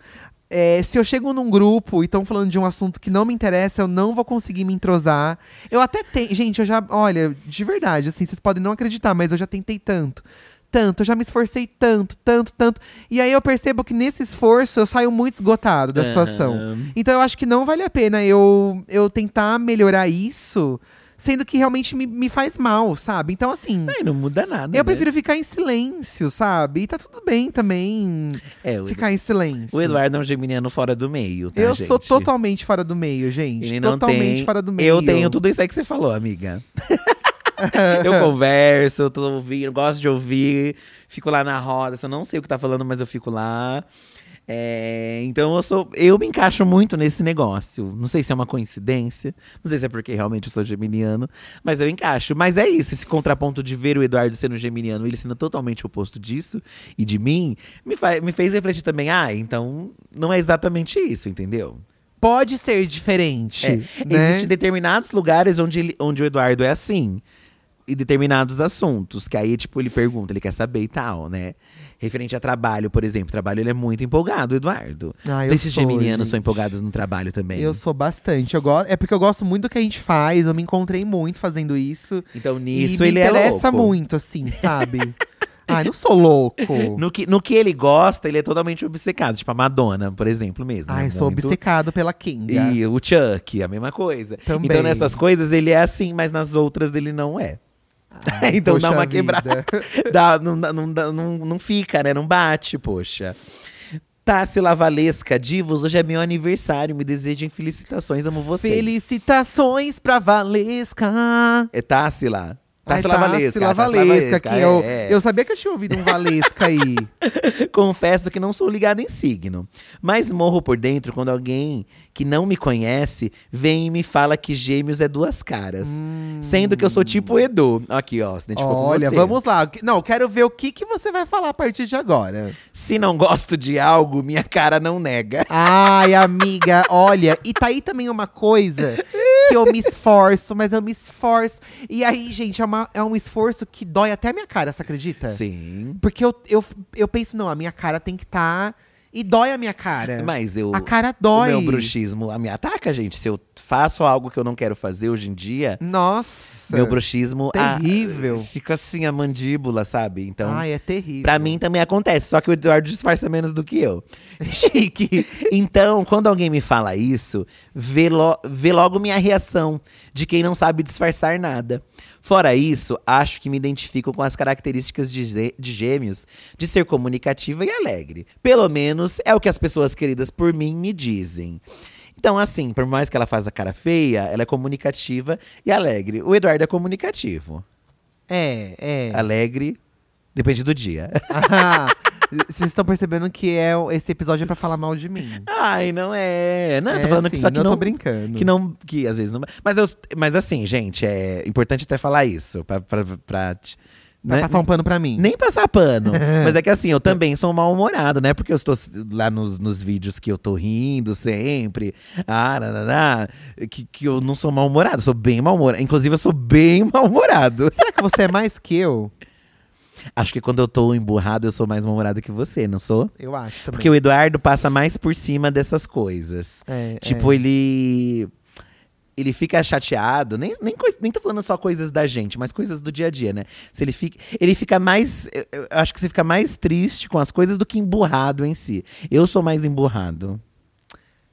S1: É, se eu chego num grupo e estão falando de um assunto que não me interessa, eu não vou conseguir me entrosar. Eu até tenho. Gente, eu já. Olha, de verdade, assim, vocês podem não acreditar, mas eu já tentei tanto. Tanto, eu já me esforcei tanto, tanto, tanto. E aí eu percebo que nesse esforço eu saio muito esgotado da situação. Então eu acho que não vale a pena eu, eu tentar melhorar isso, sendo que realmente me, me faz mal, sabe? Então, assim.
S2: Aí não muda nada.
S1: Eu
S2: né?
S1: prefiro ficar em silêncio, sabe? E tá tudo bem também
S2: É, o
S1: ficar em silêncio.
S2: O Eduardo é um geminiano fora do meio, tá,
S1: eu
S2: gente?
S1: sou totalmente fora do meio, gente.
S2: Ele não
S1: totalmente
S2: tem-
S1: fora do meio.
S2: Eu tenho tudo isso aí que você falou, amiga. eu converso, eu tô ouvindo, gosto de ouvir, fico lá na roda. Se eu não sei o que tá falando, mas eu fico lá. É, então eu sou. Eu me encaixo muito nesse negócio. Não sei se é uma coincidência, não sei se é porque realmente eu sou geminiano, mas eu encaixo. Mas é isso, esse contraponto de ver o Eduardo sendo geminiano e ele sendo totalmente oposto disso e de mim, me, fa- me fez refletir também. Ah, então não é exatamente isso, entendeu?
S1: Pode ser diferente.
S2: É,
S1: né?
S2: Existem determinados lugares onde, ele- onde o Eduardo é assim. E determinados assuntos. Que aí, tipo, ele pergunta, ele quer saber e tal, né? Referente a trabalho, por exemplo. Trabalho, ele é muito empolgado, o Eduardo.
S1: Ah, eu
S2: Não sei se os
S1: sou,
S2: geminianos
S1: gente.
S2: são empolgados no trabalho também.
S1: Eu sou bastante. Eu go... É porque eu gosto muito do que a gente faz, eu me encontrei muito fazendo isso.
S2: Então, nisso,
S1: e me
S2: ele é
S1: interessa
S2: louco.
S1: muito, assim, sabe? Ai, não sou louco.
S2: No que, no que ele gosta, ele é totalmente obcecado. Tipo, a Madonna, por exemplo, mesmo.
S1: Ai,
S2: é
S1: sou
S2: muito-
S1: obcecado pela Kinga.
S2: E o Chuck, a mesma coisa.
S1: Também.
S2: Então, nessas coisas, ele é assim, mas nas outras, ele não é. então dá
S1: Ah, poxa
S2: uma quebrada. Dá, não, dá- não, dá- não, não fica, né? Não bate, poxa. Tassi Lavalesca, divos, hoje é meu aniversário. Me desejem felicitações, amo vocês.
S1: Felicitações pra Valesca.
S2: É Tássila. Tássila
S1: Ai,
S2: Valesca.
S1: Tarsila
S2: Tássila
S1: Valesca, que
S2: é, Tipo,
S1: eu,
S2: é.
S1: eu sabia que eu tinha ouvido um Valesca aí.
S2: Confesso que não sou ligada em signo, mas morro por dentro quando alguém que não me conhece vem e me fala que gêmeos é duas caras. Sendo que eu sou tipo Edu. Aqui, ó, se identificou com
S1: Hum. Olha,
S2: você.
S1: vamos lá. Não, quero ver o que, que você vai falar a partir de agora.
S2: Se não gosto de algo, minha cara não nega.
S1: Ai, amiga, olha. E tá aí também uma coisa que eu me esforço, mas eu me esforço. E aí, gente, é, uma- é um esforço que É. dói até a minha cara, você acredita?
S2: Sim.
S1: Porque eu, eu, eu penso, não, a minha cara tem que estar E dói a minha cara.
S2: Mas eu.
S1: É. A cara dói.
S2: O meu bruxismo a me ataca, gente. Se eu faço algo que eu não quero fazer hoje em dia,
S1: Nossa.
S2: meu bruxismo. ah,
S1: Terrível.
S2: fica assim a mandíbula, sabe? Então.
S1: Ai, é terrível.
S2: Pra mim também acontece, só que o Eduardo disfarça menos do que eu. Chique! então, quando alguém me fala isso, vê, lo- vê logo minha reação de quem não sabe disfarçar nada. Fora isso, acho que me identifico com as características de, gê- de gêmeos de ser comunicativa e alegre. Pelo menos é o que as pessoas queridas por mim me dizem. Então, assim, por mais que ela faça cara feia, ela é comunicativa e alegre. O Eduardo é comunicativo.
S1: É, é.
S2: Alegre, depende do dia.
S1: Ah, Vocês estão percebendo que é, esse episódio é pra falar mal de mim.
S2: Ai, não é. Não, eu tô
S1: É,
S2: falando que
S1: sim,
S2: só que
S1: eu
S2: não.
S1: tô brincando.
S2: Que não. Que às vezes não. Mas, eu, mas assim, gente, é importante até falar isso. Pra, pra, pra, te-
S1: Pra
S2: né?
S1: passar um pano pra mim.
S2: Nem passar pano. mas é que assim, eu também sou mal-humorado, né? Porque eu estou lá nos, nos vídeos que eu tô rindo sempre. Ah, nananá, que, que eu não sou mal-humorado, eu sou bem mal-humorado. Inclusive, eu sou bem mal-humorado.
S1: Será que você é mais que eu?
S2: Acho que quando eu tô emburrado, eu sou mais mal-humorado que você, não sou?
S1: Eu acho também.
S2: Porque o Eduardo passa mais por cima dessas coisas.
S1: É,
S2: Tipo, ele. Ele fica chateado, nem, nem, coi- nem tô falando só coisas da gente, mas coisas do dia a dia, né? Se ele fica. Ele fica mais. eu- eu acho que você fica mais triste com as coisas do que emburrado em si. Eu sou mais emburrado.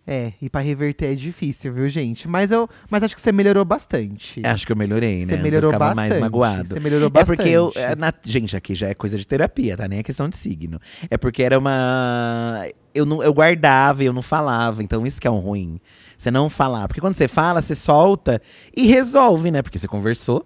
S1: É, e pra reverter é difícil, viu, gente? Mas eu, mas acho que você melhorou bastante.
S2: Acho que eu melhorei,
S1: Você
S2: né? Antes
S1: melhorou
S2: eu É, ficava mais
S1: bastante,
S2: magoado.
S1: você melhorou
S2: É porque eu.
S1: bastante.
S2: é, na- gente, aqui já é coisa de terapia, tá? Nem é questão de signo. É porque era uma. Eu, não, eu guardava e eu não falava. Então isso que é um ruim. Você não falar. Porque quando você fala, você solta e resolve, né? Porque você conversou.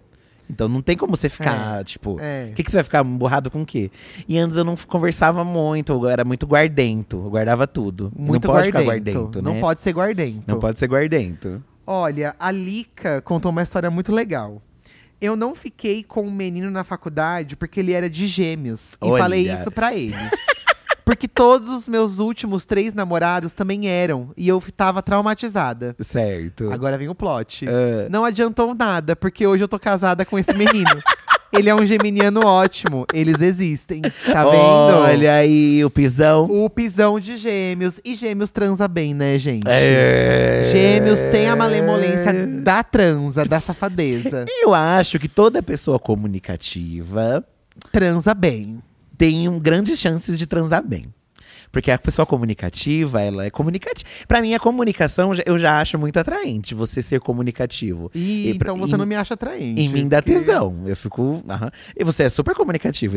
S2: Então não tem como você ficar, tipo. O
S1: é.
S2: que, que você vai ficar borrado com o quê? E antes eu não conversava muito, eu era muito guardento. Eu guardava tudo.
S1: Muito
S2: não pode ficar
S1: guardento.
S2: guardento, né?
S1: Não pode ser guardento.
S2: Não pode ser guardento.
S1: Olha, a Lika contou uma história muito legal. Eu não fiquei com um menino na faculdade porque ele era de gêmeos. E
S2: Olha.
S1: falei isso pra ele. porque todos os meus últimos três namorados também eram. E eu tava traumatizada.
S2: Certo.
S1: Agora vem o plot.
S2: É.
S1: Não adiantou nada, porque hoje eu tô casada com esse menino. ele é um geminiano ótimo. Eles existem. Tá vendo?
S2: Olha aí, o pisão.
S1: O pisão de gêmeos. E gêmeos transa bem, né, gente?
S2: É.
S1: Gêmeos tem a malemolência da transa, da safadeza.
S2: Eu acho que toda pessoa comunicativa
S1: Transa bem.
S2: tem um grandes chances de transar bem. Porque a pessoa comunicativa, ela é comunicativa. Pra mim, a comunicação já- eu já acho muito atraente você ser comunicativo.
S1: Ih,
S2: pra-
S1: então você
S2: em-
S1: não me acha atraente.
S2: Em mim dá
S1: porque-
S2: tesão. Eu fico. aham. E você é super comunicativo,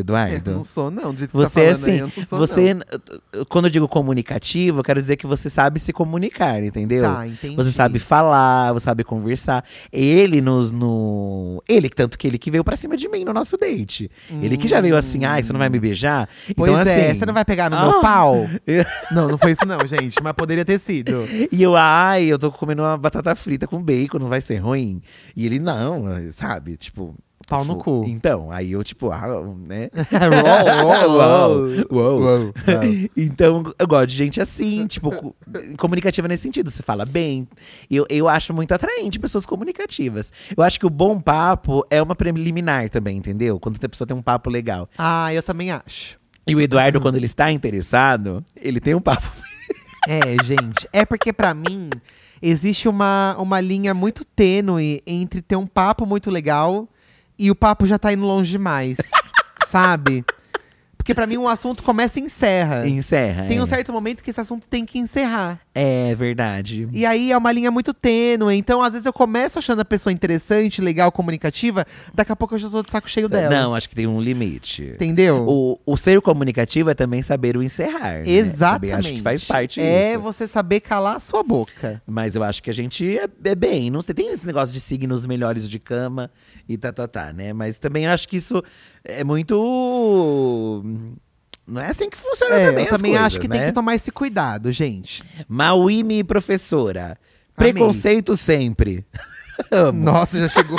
S1: Eu
S2: Eduardo.
S1: não sou, não. Do jeito que
S2: Você
S1: você
S2: é
S1: tá falando aí,
S2: assim,
S1: eu não sou,
S2: você. Quando eu digo comunicativo, eu quero dizer que você sabe se comunicar, entendeu?
S1: Tá, entendi.
S2: Você sabe falar, você sabe conversar. Ele nos. No... Ele, tanto que ele que veio pra cima de mim no nosso date. Ele que já veio assim, ai, você não vai me beijar?
S1: Pois
S2: então,
S1: é,
S2: assim.
S1: você não vai pegar no
S2: Ah.
S1: meu pau? não, não foi isso não, gente. Mas poderia ter sido.
S2: E eu, ai, eu tô comendo uma batata frita com bacon, não vai ser ruim. E ele, não, sabe? Tipo.
S1: Pau no cu.
S2: Então, aí eu, tipo, ah, né?
S1: Uou, uou, uou.
S2: Uou.
S1: Uou, uou.
S2: então, eu gosto de gente assim, tipo, co- comunicativa nesse sentido. Você fala bem. Eu, eu acho muito atraente pessoas comunicativas. Eu acho que o bom papo é uma preliminar também, entendeu? Quando a pessoa tem um papo legal.
S1: Ah, eu também acho.
S2: E o Eduardo, quando ele está interessado, ele tem um papo.
S1: É, gente. É porque pra mim existe uma, uma linha muito tênue entre ter um papo muito legal e o papo já tá indo longe demais, sabe? Porque pra mim um assunto começa e encerra.
S2: Encerra.
S1: Tem
S2: é.
S1: um certo momento que esse assunto tem que encerrar.
S2: É verdade.
S1: E aí é uma linha muito tênue. Então, às vezes, eu começo achando a pessoa interessante, legal, comunicativa. Daqui a pouco eu já tô de saco cheio dela. um
S2: Não, acho que tem um limite.
S1: Entendeu?
S2: O, o ser comunicativo é também saber o encerrar. né?
S1: Exatamente.
S2: Também acho que faz parte
S1: É
S2: disso.
S1: você saber calar a sua boca.
S2: Mas eu acho que a gente é, é bem. Não sei, tem esse negócio de signos melhores de cama e tá, tá, tá, né? Mas também acho que isso é muito. Não é assim que funciona
S1: É,
S2: também.
S1: eu
S2: as
S1: também
S2: coisas,
S1: acho que tem
S2: né?
S1: que tomar esse cuidado, gente.
S2: Mauime, professora.
S1: Amei.
S2: Preconceito sempre. Amo.
S1: Nossa, já chegou,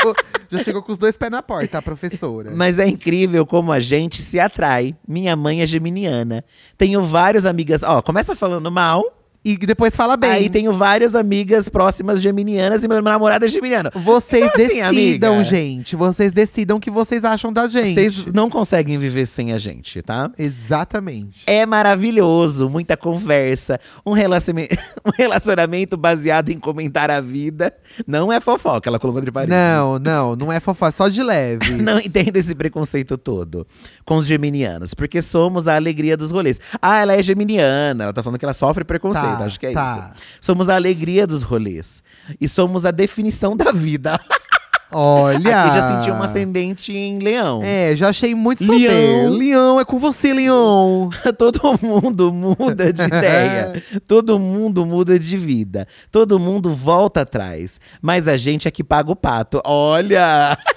S1: já chegou com os dois pés na porta, a professora.
S2: Mas é incrível como a gente se atrai. Minha mãe é geminiana. Tenho várias amigas. Ó, começa falando mal
S1: E depois fala bem.
S2: Aí tenho várias amigas próximas geminianas e meu namorado é geminiano.
S1: Vocês
S2: Então, assim,
S1: decidam,
S2: amiga.
S1: gente. Vocês decidam o que vocês acham da gente.
S2: Vocês não conseguem viver sem a gente, tá?
S1: Exatamente.
S2: É maravilhoso, muita conversa, um relacionamento, um relacionamento baseado em comentar a vida. Não é fofoca, ela colocou entre parênteses.
S1: Não, não, não é fofoca, só de leve.
S2: Não entendo esse preconceito todo com os geminianos, porque somos a alegria dos rolês. Ah, ela é geminiana, ela tá falando que ela sofre preconceito,
S1: Tá,
S2: acho que é
S1: tá.
S2: isso. Somos a alegria dos rolês e somos a definição da vida.
S1: Olha.
S2: Aqui já senti um ascendente em leão.
S1: É, já achei muito
S2: Leão.
S1: saber. Leão, é com você, Leão.
S2: Todo mundo muda de ideia. Todo mundo muda de vida. Todo mundo volta atrás. Mas a gente é que paga o pato. Olha!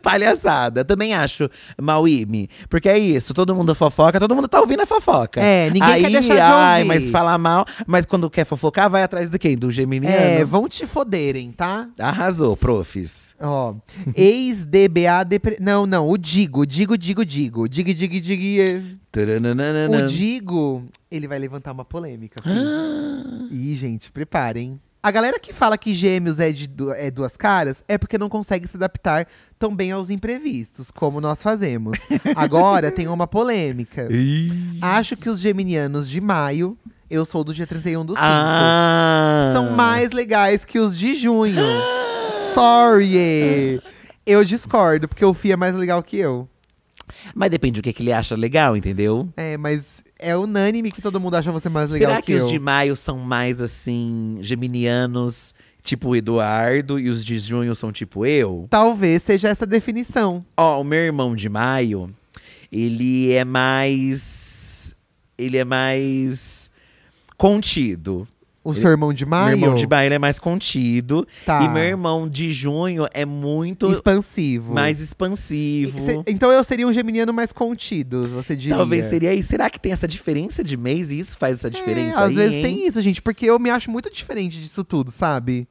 S2: Palhaçada. Também acho, Mauime. Porque é isso, todo mundo fofoca, todo mundo tá ouvindo a fofoca.
S1: É, ninguém quer
S2: Aí,
S1: deixar de
S2: Ai,
S1: ouvir.
S2: mas falar mal. Mas quando quer fofocar, vai atrás do quem? Do geminiano?
S1: É, vão te foderem, tá?
S2: Arrasou, profs.
S1: Ó, ex-DBA depre... Não, não, o Digo, Digo, Digo, Digo. Dig, dig, dig. eh. O
S2: Tarananana.
S1: Digo, ele vai levantar uma
S2: Ah.
S1: polêmica. filho. Ih, gente, preparem. A galera que fala que gêmeos é, de du- é duas caras é porque não consegue se adaptar tão bem aos imprevistos, como nós fazemos. Agora tem uma polêmica.
S2: Ih.
S1: Acho que os geminianos de maio, eu sou do dia 31 do 5,
S2: Ah.
S1: são mais legais que os de junho. Sorry! Eu discordo, porque o Fih é mais legal que eu.
S2: Mas depende do que, que ele acha legal, entendeu?
S1: É, mas é unânime que todo mundo acha você mais legal
S2: Será que,
S1: eu.
S2: os de maio são mais assim, geminianos, tipo o Eduardo, e os de junho são tipo eu?
S1: Talvez seja essa definição.
S2: Ó, o meu irmão de maio, ele é mais. Ele é mais contido.
S1: O seu irmão de maio?
S2: Meu irmão de maio ele é mais contido.
S1: Tá.
S2: E meu irmão de junho é muito
S1: Expansivo.
S2: mais
S1: E
S2: expansivo.
S1: cê- então eu seria um geminiano mais contido, você diria.
S2: Talvez seria isso. Será que tem essa diferença de mês e isso faz essa diferença?
S1: É, às
S2: aí,
S1: vezes
S2: hein?
S1: tem isso, gente, porque eu me acho muito diferente disso tudo, sabe?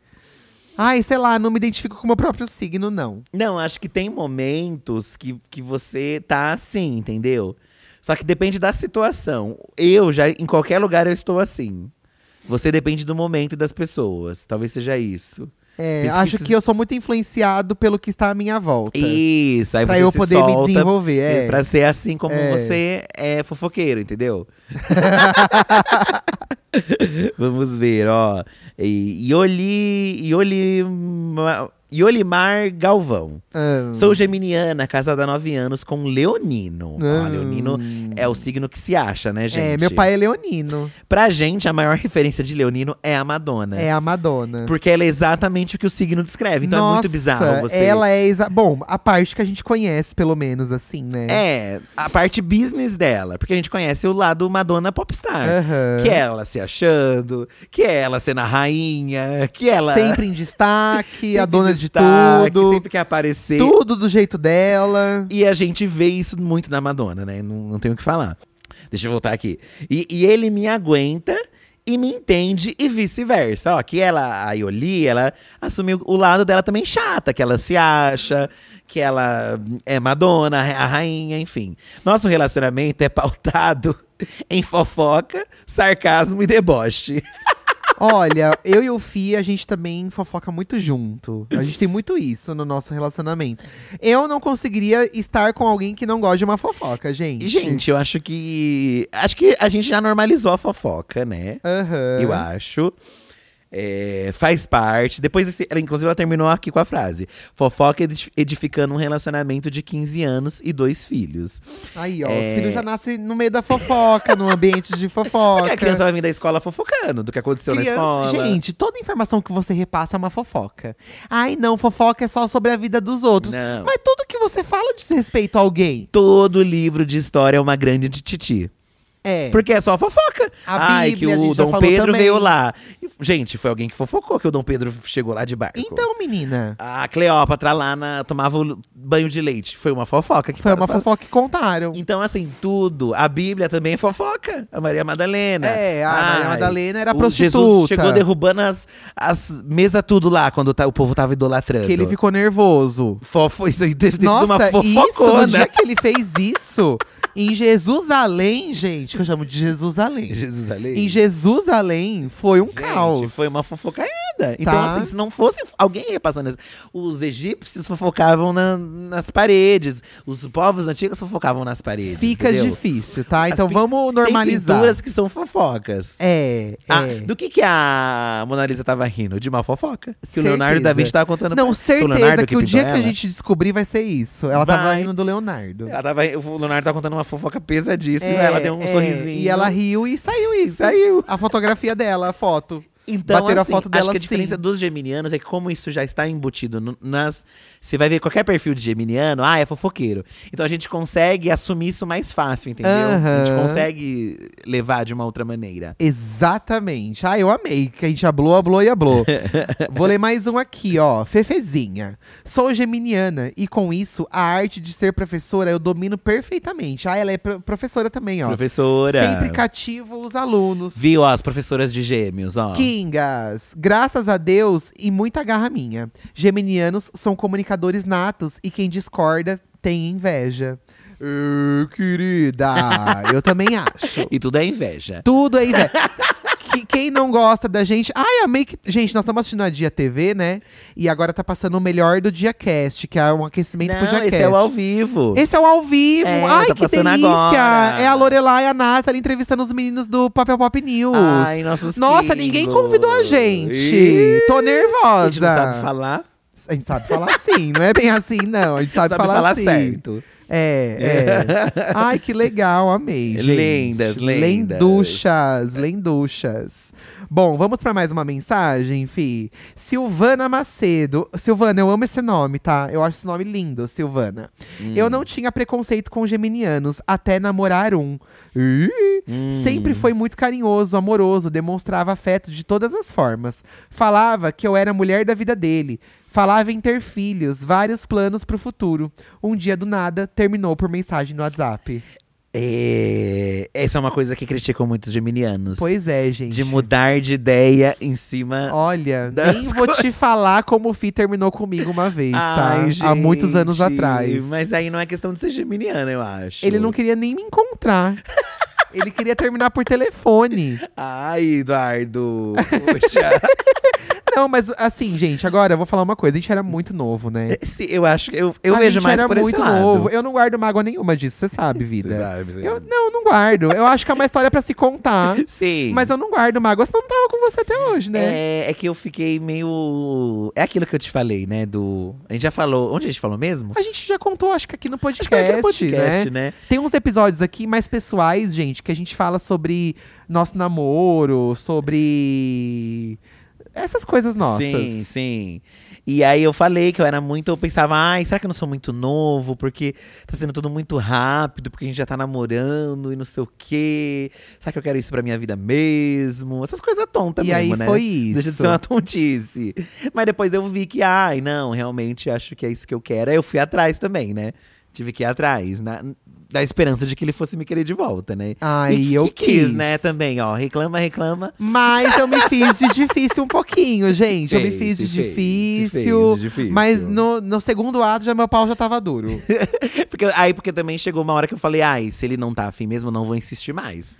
S1: Ai, sei lá, não me identifico com o meu próprio signo, não.
S2: Não, acho que tem momentos que, que você tá assim, entendeu? Só que depende da situação. Eu já, em qualquer lugar, eu estou assim. Você depende do momento e das pessoas. Talvez seja isso.
S1: É,
S2: Pesquisa-
S1: acho que eu sou muito influenciado pelo que está à minha volta.
S2: Isso, aí
S1: pra
S2: você
S1: eu
S2: se
S1: poder me
S2: solta
S1: desenvolver, é.
S2: Pra ser assim como
S1: É.
S2: você é fofoqueiro, entendeu? Vamos ver, ó. E- Ioli, Ioli, Iolimar Galvão.
S1: Ah,
S2: Sou geminiana, casada há nove anos com Leonino. Ó,
S1: Hum.
S2: Leonino é o signo que se acha, né, gente?
S1: é, meu pai é leonino,
S2: Pra gente, a maior referência de Leonino é a Madonna.
S1: é a Madonna.
S2: Porque ela é exatamente o que o signo descreve. Então é muito bizarro você.
S1: ela é… Exa... Bom, a parte que a gente conhece, pelo menos, assim, né?
S2: É, a parte business dela. Porque a gente conhece o lado Madonna popstar.
S1: Aham.
S2: Que é ela se achando, que é ela sendo a rainha, que ela…
S1: Sempre em destaque, a
S2: sempre
S1: dona
S2: destaque,
S1: de tudo.
S2: Sempre quer aparecer.
S1: Tudo do jeito dela.
S2: E a gente vê isso muito na Madonna, né? Não, não tenho o que falar. Deixa eu voltar aqui. E, e ele me aguenta e me entende e vice-versa. Ó, que ela, a Yoli, ela assumiu o lado dela também chata, que ela se acha, que ela é Madonna, a rainha, enfim. Nosso relacionamento é pautado em fofoca, sarcasmo e deboche.
S1: Olha, eu e o Fi, a gente também fofoca muito junto. A gente tem muito isso no nosso relacionamento. Eu não conseguiria estar com alguém que não gosta de uma fofoca, gente.
S2: Gente, eu acho que. Acho que a gente já normalizou a fofoca, né?
S1: Aham.
S2: eu acho. É, faz parte. Depois, esse, ela, inclusive, ela terminou aqui com a frase: fofoca edif- edificando um relacionamento de 15 anos e dois filhos.
S1: Aí, ó,
S2: É.
S1: os filhos já nascem no meio da fofoca, no ambiente de fofoca.
S2: Porque a criança vai vir da escola fofocando do que aconteceu na
S1: Criança-
S2: escola.
S1: gente, toda informação que você repassa é uma fofoca. Ai, não, fofoca é só sobre a vida dos outros.
S2: Não.
S1: Mas tudo que você fala diz respeito a alguém.
S2: Todo livro de história é uma grande de titi.
S1: É.
S2: Porque é só fofoca.
S1: A
S2: Ai,
S1: Bíblia,
S2: que
S1: a
S2: o
S1: gente já
S2: Dom
S1: falou
S2: Pedro
S1: também.
S2: veio lá. E, Gente, foi alguém que fofocou que o Dom Pedro chegou lá de barco.
S1: Então, menina,
S2: A Cleópatra lá na- tomava o banho de leite. Foi uma fofoca que
S1: foi uma
S2: fofoca.
S1: fofoca que contaram.
S2: Então, assim, tudo. A Bíblia também é fofoca. A Maria Madalena.
S1: É, a Maria Madalena era
S2: o
S1: prostituta.
S2: Jesus chegou derrubando as, as mesas tudo lá, quando tá- o povo tava idolatrando.
S1: Que ele ficou nervoso.
S2: Fofo, isso aí deve ter sido
S1: Nossa,
S2: uma
S1: isso, no
S2: fofocona.
S1: dia que ele fez isso, Em Jesusalém, gente, que eu chamo de Jesusalém.
S2: Jesus
S1: Em
S2: ali.
S1: Jesusalém foi um caos. Tá.
S2: Foi uma fofocaiada. Então, assim, se não fosse. Alguém ia passando. isso. Os egípcios fofocavam na- nas paredes. Os povos antigos fofocavam nas paredes.
S1: Fica
S2: entendeu?
S1: difícil, tá?
S2: As
S1: Então
S2: pi-
S1: vamos
S2: Tem
S1: normalizar.
S2: pinturas que são fofocas.
S1: É,
S2: Ah,
S1: é.
S2: do que, que a Mona Lisa tava rindo? De uma fofoca? Que o Leonardo
S1: Certeza.
S2: da Vinci tava contando pra-
S1: Não,
S2: Foi o Leonardo
S1: certeza que o
S2: pintou
S1: dia que
S2: ela?
S1: a gente descobrir vai ser isso. Ela tava
S2: Vai.
S1: rindo do Leonardo.
S2: Ela tava, o Leonardo tava contando uma fofoca pesadíssima.
S1: É,
S2: ela deu um
S1: é,
S2: sorrisinho.
S1: E ela riu e saiu isso.
S2: Saiu.
S1: A fotografia dela, a foto.
S2: Então,
S1: Bateram a
S2: assim,
S1: foto dela,
S2: acho que a
S1: sim.
S2: diferença dos geminianos é que como isso já está embutido no- nas… Você vai ver qualquer perfil de geminiano, ah, é fofoqueiro. Então a gente consegue assumir isso mais fácil, entendeu? A gente
S1: Aham.
S2: consegue levar de uma outra maneira.
S1: Exatamente. Ah, eu amei que a gente ablou, ablou e ablou. Vou ler mais um aqui, ó. Fefezinha. Sou geminiana e com isso, a arte de ser professora eu domino perfeitamente. Ah, ela é pro- professora também, ó.
S2: Professora…
S1: Sempre cativo os alunos.
S2: Viu, ó, as professoras de gêmeos, ó.
S1: Kingas, graças a Deus e muita garra minha. Geminianos são comunicadores natos e quem discorda tem inveja. Ê, querida, eu também acho.
S2: E tudo é inveja.
S1: Tudo é inveja. Que- Quem não gosta da gente. Ai, amei que. Gente, nós estamos assistindo a Dia TV, né? E agora tá passando o melhor do Dia Cast, que é um aquecimento pro Dia
S2: Não,
S1: Cast.
S2: esse é o ao vivo.
S1: Esse é o ao vivo.
S2: É,
S1: Ai,
S2: tá
S1: que
S2: passando
S1: delícia!
S2: agora.
S1: É a Lorelai e a Nathalie entrevistando os meninos do Papel Pop News.
S2: Ai, nossos
S1: Nossa, ninguém
S2: queimos.
S1: convidou a gente.
S2: Ih,
S1: Tô
S2: A gente não sabe
S1: nervosa.
S2: falar.
S1: A gente sabe falar sim, não é bem assim, não. A gente sabe,
S2: Sabe
S1: falar,
S2: falar
S1: assim.
S2: certo.
S1: É, é. Ai, que legal, amei,
S2: É
S1: gente.
S2: Lendas, lendas.
S1: Lenduchas, lenduchas. Bom, vamos pra mais uma mensagem, Fi. Silvana Macedo. Silvana, eu amo esse nome, tá? Eu acho esse nome lindo, Silvana. Eu não tinha preconceito com geminianos, até namorar um. Ih, Sempre foi muito carinhoso, amoroso, demonstrava afeto de todas as formas. Falava que eu era a mulher da vida dele. Falava em ter filhos, vários planos pro futuro. Um dia do nada, terminou por mensagem no WhatsApp.
S2: É, essa é uma coisa que criticam muitos geminianos.
S1: Pois é, gente.
S2: de mudar de ideia em cima.
S1: Olha,
S2: das
S1: nem vou te falar como o Fi terminou comigo uma vez, tá?
S2: Ai,
S1: Há muitos anos
S2: gente,
S1: atrás.
S2: Mas aí não é questão de ser geminiano, eu acho.
S1: Ele não queria nem me encontrar. Ele queria terminar por telefone.
S2: Ai, Eduardo. Poxa.
S1: Não, mas assim, gente, agora eu vou falar uma coisa. A gente era muito novo, né?
S2: Esse- eu acho que. Eu, eu
S1: a
S2: vejo
S1: gente
S2: mais
S1: era
S2: por
S1: muito
S2: esse lado.
S1: novo. Eu não guardo mágoa nenhuma disso, você sabe, vida.
S2: Você sabe, você
S1: Eu
S2: sabe.
S1: não, não guardo. Eu acho que é uma história pra se contar.
S2: Sim.
S1: Mas eu não guardo mágoa, senão eu não tava com você até hoje, né?
S2: É, é que eu fiquei meio. É aquilo que eu te falei, né? Do. A gente já falou. Onde a gente falou mesmo?
S1: A gente já contou, acho que aqui no
S2: Acho
S1: podcast,
S2: que foi aqui no podcast,
S1: né?
S2: né?
S1: Tem uns episódios aqui mais pessoais, gente, que a gente fala sobre nosso namoro, sobre essas coisas nossas.
S2: Sim, sim. E aí eu falei que eu era muito. Eu pensava, ai, será que eu não sou muito novo? Porque tá sendo tudo muito rápido, porque a gente já tá namorando e não sei o quê. Será que eu quero isso pra minha vida mesmo? Essas coisas tontas
S1: E
S2: mesmo,
S1: aí
S2: né?
S1: foi isso.
S2: Deixa de ser uma tontice. Mas depois eu vi que, ai, não, realmente acho que é isso que eu quero. Aí eu fui atrás também, né? Tive que ir atrás, na, da esperança de que ele fosse me querer de volta, né?
S1: Ai,
S2: e,
S1: eu
S2: e quis,
S1: quis.
S2: né? Também, ó. Reclama, reclama.
S1: Mas eu me fiz de difícil um pouquinho, gente. eu me
S2: Fez,
S1: fiz de
S2: se fez, se
S1: difícil.
S2: fez de difícil.
S1: Mas no, no segundo ato já meu pau já tava duro.
S2: Porque, aí, porque também chegou uma hora que eu falei, ai, se ele não tá afim mesmo, eu não vou insistir mais.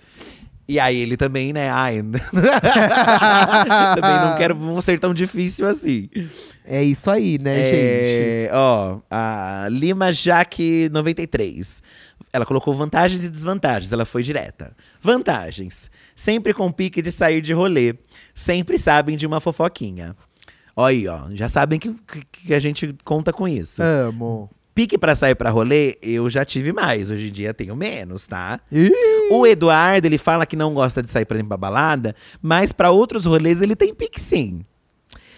S2: E aí ele também, né, ai. também não quero não ser tão difícil assim.
S1: É isso aí, né, gente?
S2: É, Ó, a Lima Jaque 93. Ela colocou vantagens e desvantagens, ela foi direta. Vantagens. Sempre com pique de sair de rolê. Sempre sabem de uma fofoquinha. Ó Aí, ó, já sabem que, que- que a gente conta com isso.
S1: Ah, Amo.
S2: Pique pra sair pra rolê, eu já tive mais. Hoje em dia tenho menos, tá?
S1: Ih,
S2: O Eduardo, ele fala que não gosta de sair, por exemplo, pra balada, mas pra outros rolês ele tem pique sim.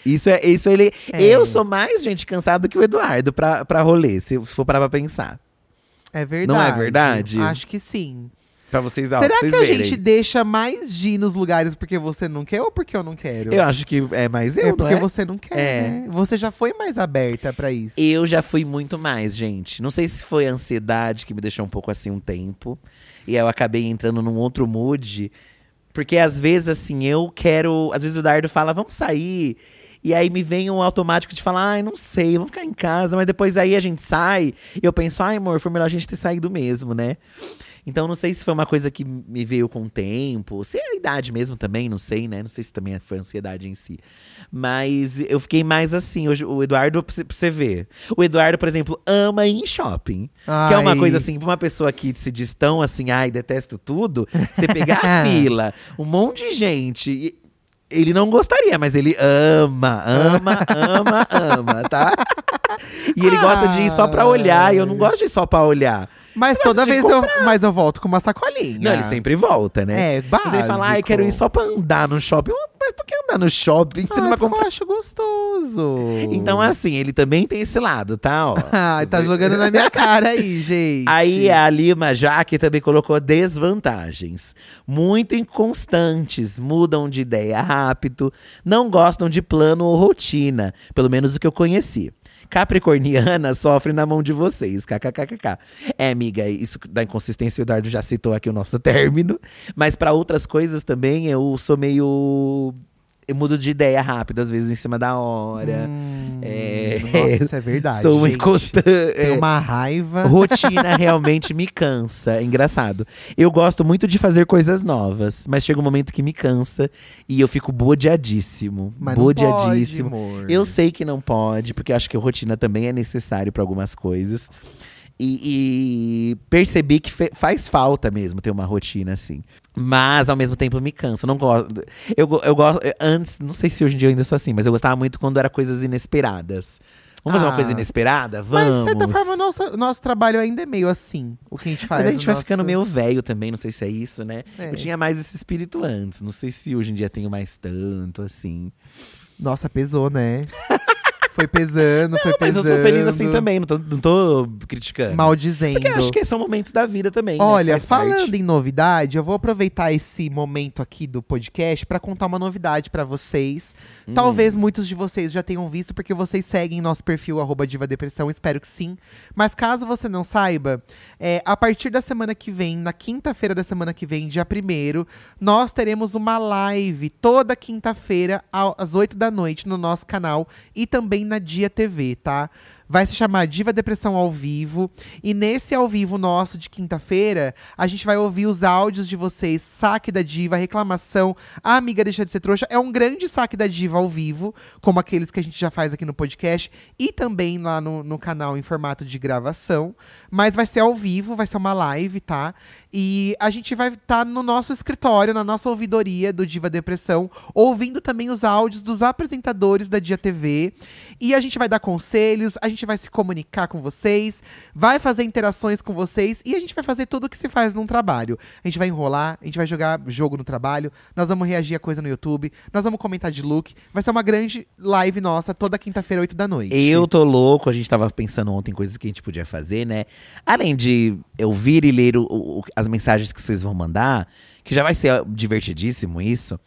S2: Isso é, isso ele.
S1: É.
S2: Eu sou mais gente cansado que o Eduardo pra, pra rolê, se eu for parar pra pensar.
S1: É verdade.
S2: verdade?
S1: Acho que sim.
S2: Pra vocês, ó,
S1: Será
S2: pra vocês
S1: que a
S2: verem.
S1: gente deixa mais de ir nos lugares porque você não quer ou porque eu não quero?
S2: Eu acho que é mais eu,
S1: é
S2: não
S1: porque
S2: é?
S1: você não quer,
S2: É.
S1: né? Você já foi mais aberta pra isso.
S2: Eu já fui muito mais, gente. Não sei se foi a ansiedade que me deixou um pouco assim um tempo. E aí eu acabei entrando num outro mood. Porque às vezes, assim, eu quero. Às vezes o Dardo fala, vamos sair. E aí me vem um automático de falar, ai, não sei, vamos ficar em casa. Mas depois aí a gente sai. E eu penso, ai, amor, foi melhor a gente ter saído mesmo, né? Então não sei se foi uma coisa que me veio com o tempo, se é a idade mesmo também, não sei, né? Não sei se também foi a ansiedade em si. Mas eu fiquei mais assim, hoje o Eduardo, pra você- pra você ver. O Eduardo, por exemplo, ama ir em shopping. Que é uma
S1: Ai.
S2: coisa assim, pra uma pessoa que se diz tão assim, ai, detesto tudo, você pegar a fila, um monte de gente. e- ele não gostaria, mas ele ama, ama, ama, ama, tá? E ele gosta de ir só pra olhar, e eu não gosto de ir só pra olhar.
S1: Mas toda
S2: de
S1: vez eu, mas eu volto com uma sacolinha.
S2: Não, ele sempre volta, né?
S1: Ah. É,
S2: Mas ele fala, ai,
S1: básico. Ah,
S2: quero ir só pra andar no shopping. Mas por que andar no shopping? Você
S1: Ai,
S2: não vai
S1: porque
S2: comprar.
S1: Eu acho gostoso.
S2: Então, assim, ele também tem esse lado, tá? Ó.
S1: Ai, tá jogando na minha cara aí, gente.
S2: Aí a Lima Jaque também colocou desvantagens. Muito inconstantes, mudam de ideia rápido, não gostam de plano ou rotina, pelo menos o que eu conheci. Capricorniana sofre na mão de vocês, kkkk. É, amiga, isso da inconsistência, o Eduardo já citou aqui o nosso término. Mas pra outras coisas também, eu sou meio. Eu mudo de ideia rápido, às vezes em cima da hora. é,
S1: Nossa, isso é Hum, verdade.
S2: sou é,
S1: gente.
S2: inconstante.
S1: Tem uma raiva.
S2: Rotina realmente me cansa. É engraçado. Eu gosto muito de fazer coisas novas, mas chega um momento que me cansa e eu fico bodeadíssimo.
S1: Mas não
S2: bodeadíssimo.
S1: pode, amor.
S2: eu sei que não pode, porque acho que a rotina também é necessário para algumas coisas. E, e percebi que fe- faz falta mesmo ter uma rotina assim. Mas ao mesmo tempo me cansa. Eu não gosto. Eu, go- eu gosto. eh, Antes, não sei se hoje em dia eu ainda sou assim, mas eu gostava muito quando era coisas inesperadas. Vamos fazer uma
S1: Ah.
S2: coisa inesperada?
S1: Mas,
S2: Vamos.
S1: de certa forma, nosso, nosso trabalho ainda é meio assim. O que a gente faz.
S2: Mas a gente
S1: o
S2: vai
S1: nosso-
S2: ficando meio velho também, não sei se é isso, né?
S1: É.
S2: Eu tinha mais esse espírito antes, não sei se hoje em dia tenho mais tanto, assim.
S1: Nossa, pesou, né? foi pesando, foi
S2: Mas
S1: pesando.
S2: eu sou feliz assim também, não tô, não tô criticando.
S1: Maldizendo.
S2: Porque eu acho que são momentos da vida também. né,
S1: Olha,
S2: que faz parte.
S1: falando em novidade, eu vou aproveitar esse momento aqui do podcast pra contar uma novidade pra vocês.
S2: Hum.
S1: Talvez muitos de vocês já tenham visto, porque vocês seguem nosso perfil arroba Diva Depressão, espero que sim. Mas caso você não saiba, é, a partir da semana que vem, na quinta-feira da semana que vem, dia 1 nós teremos uma live toda quinta-feira, ao- às 8 da noite, no nosso canal e também na Dia TV, tá? Vai se chamar Diva Depressão ao vivo. E nesse ao vivo nosso de quinta-feira, a gente vai ouvir os áudios de vocês, saque da diva, reclamação, a amiga deixa de ser trouxa. É um grande saque da diva ao vivo, como aqueles que a gente já faz aqui no podcast e também lá no, no canal em formato de gravação. Mas vai ser ao vivo, vai ser uma live, tá? E a gente vai estar no nosso escritório, na nossa ouvidoria do Diva Depressão, ouvindo também os áudios dos apresentadores da Dia TV. E a gente vai dar conselhos, a gente vai se comunicar com vocês, vai fazer interações com vocês e a gente vai fazer tudo o que se faz num trabalho. A gente vai enrolar, a gente vai jogar jogo no trabalho, nós vamos reagir a coisa no YouTube, nós vamos comentar de look. Vai ser uma grande live nossa toda quinta-feira, 8 da noite.
S2: Eu tô louco, a gente tava pensando ontem em coisas que a gente podia fazer, né? Além de eu vir e ler o- o- o- as mensagens que vocês vão mandar, que já vai ser ó, divertidíssimo isso.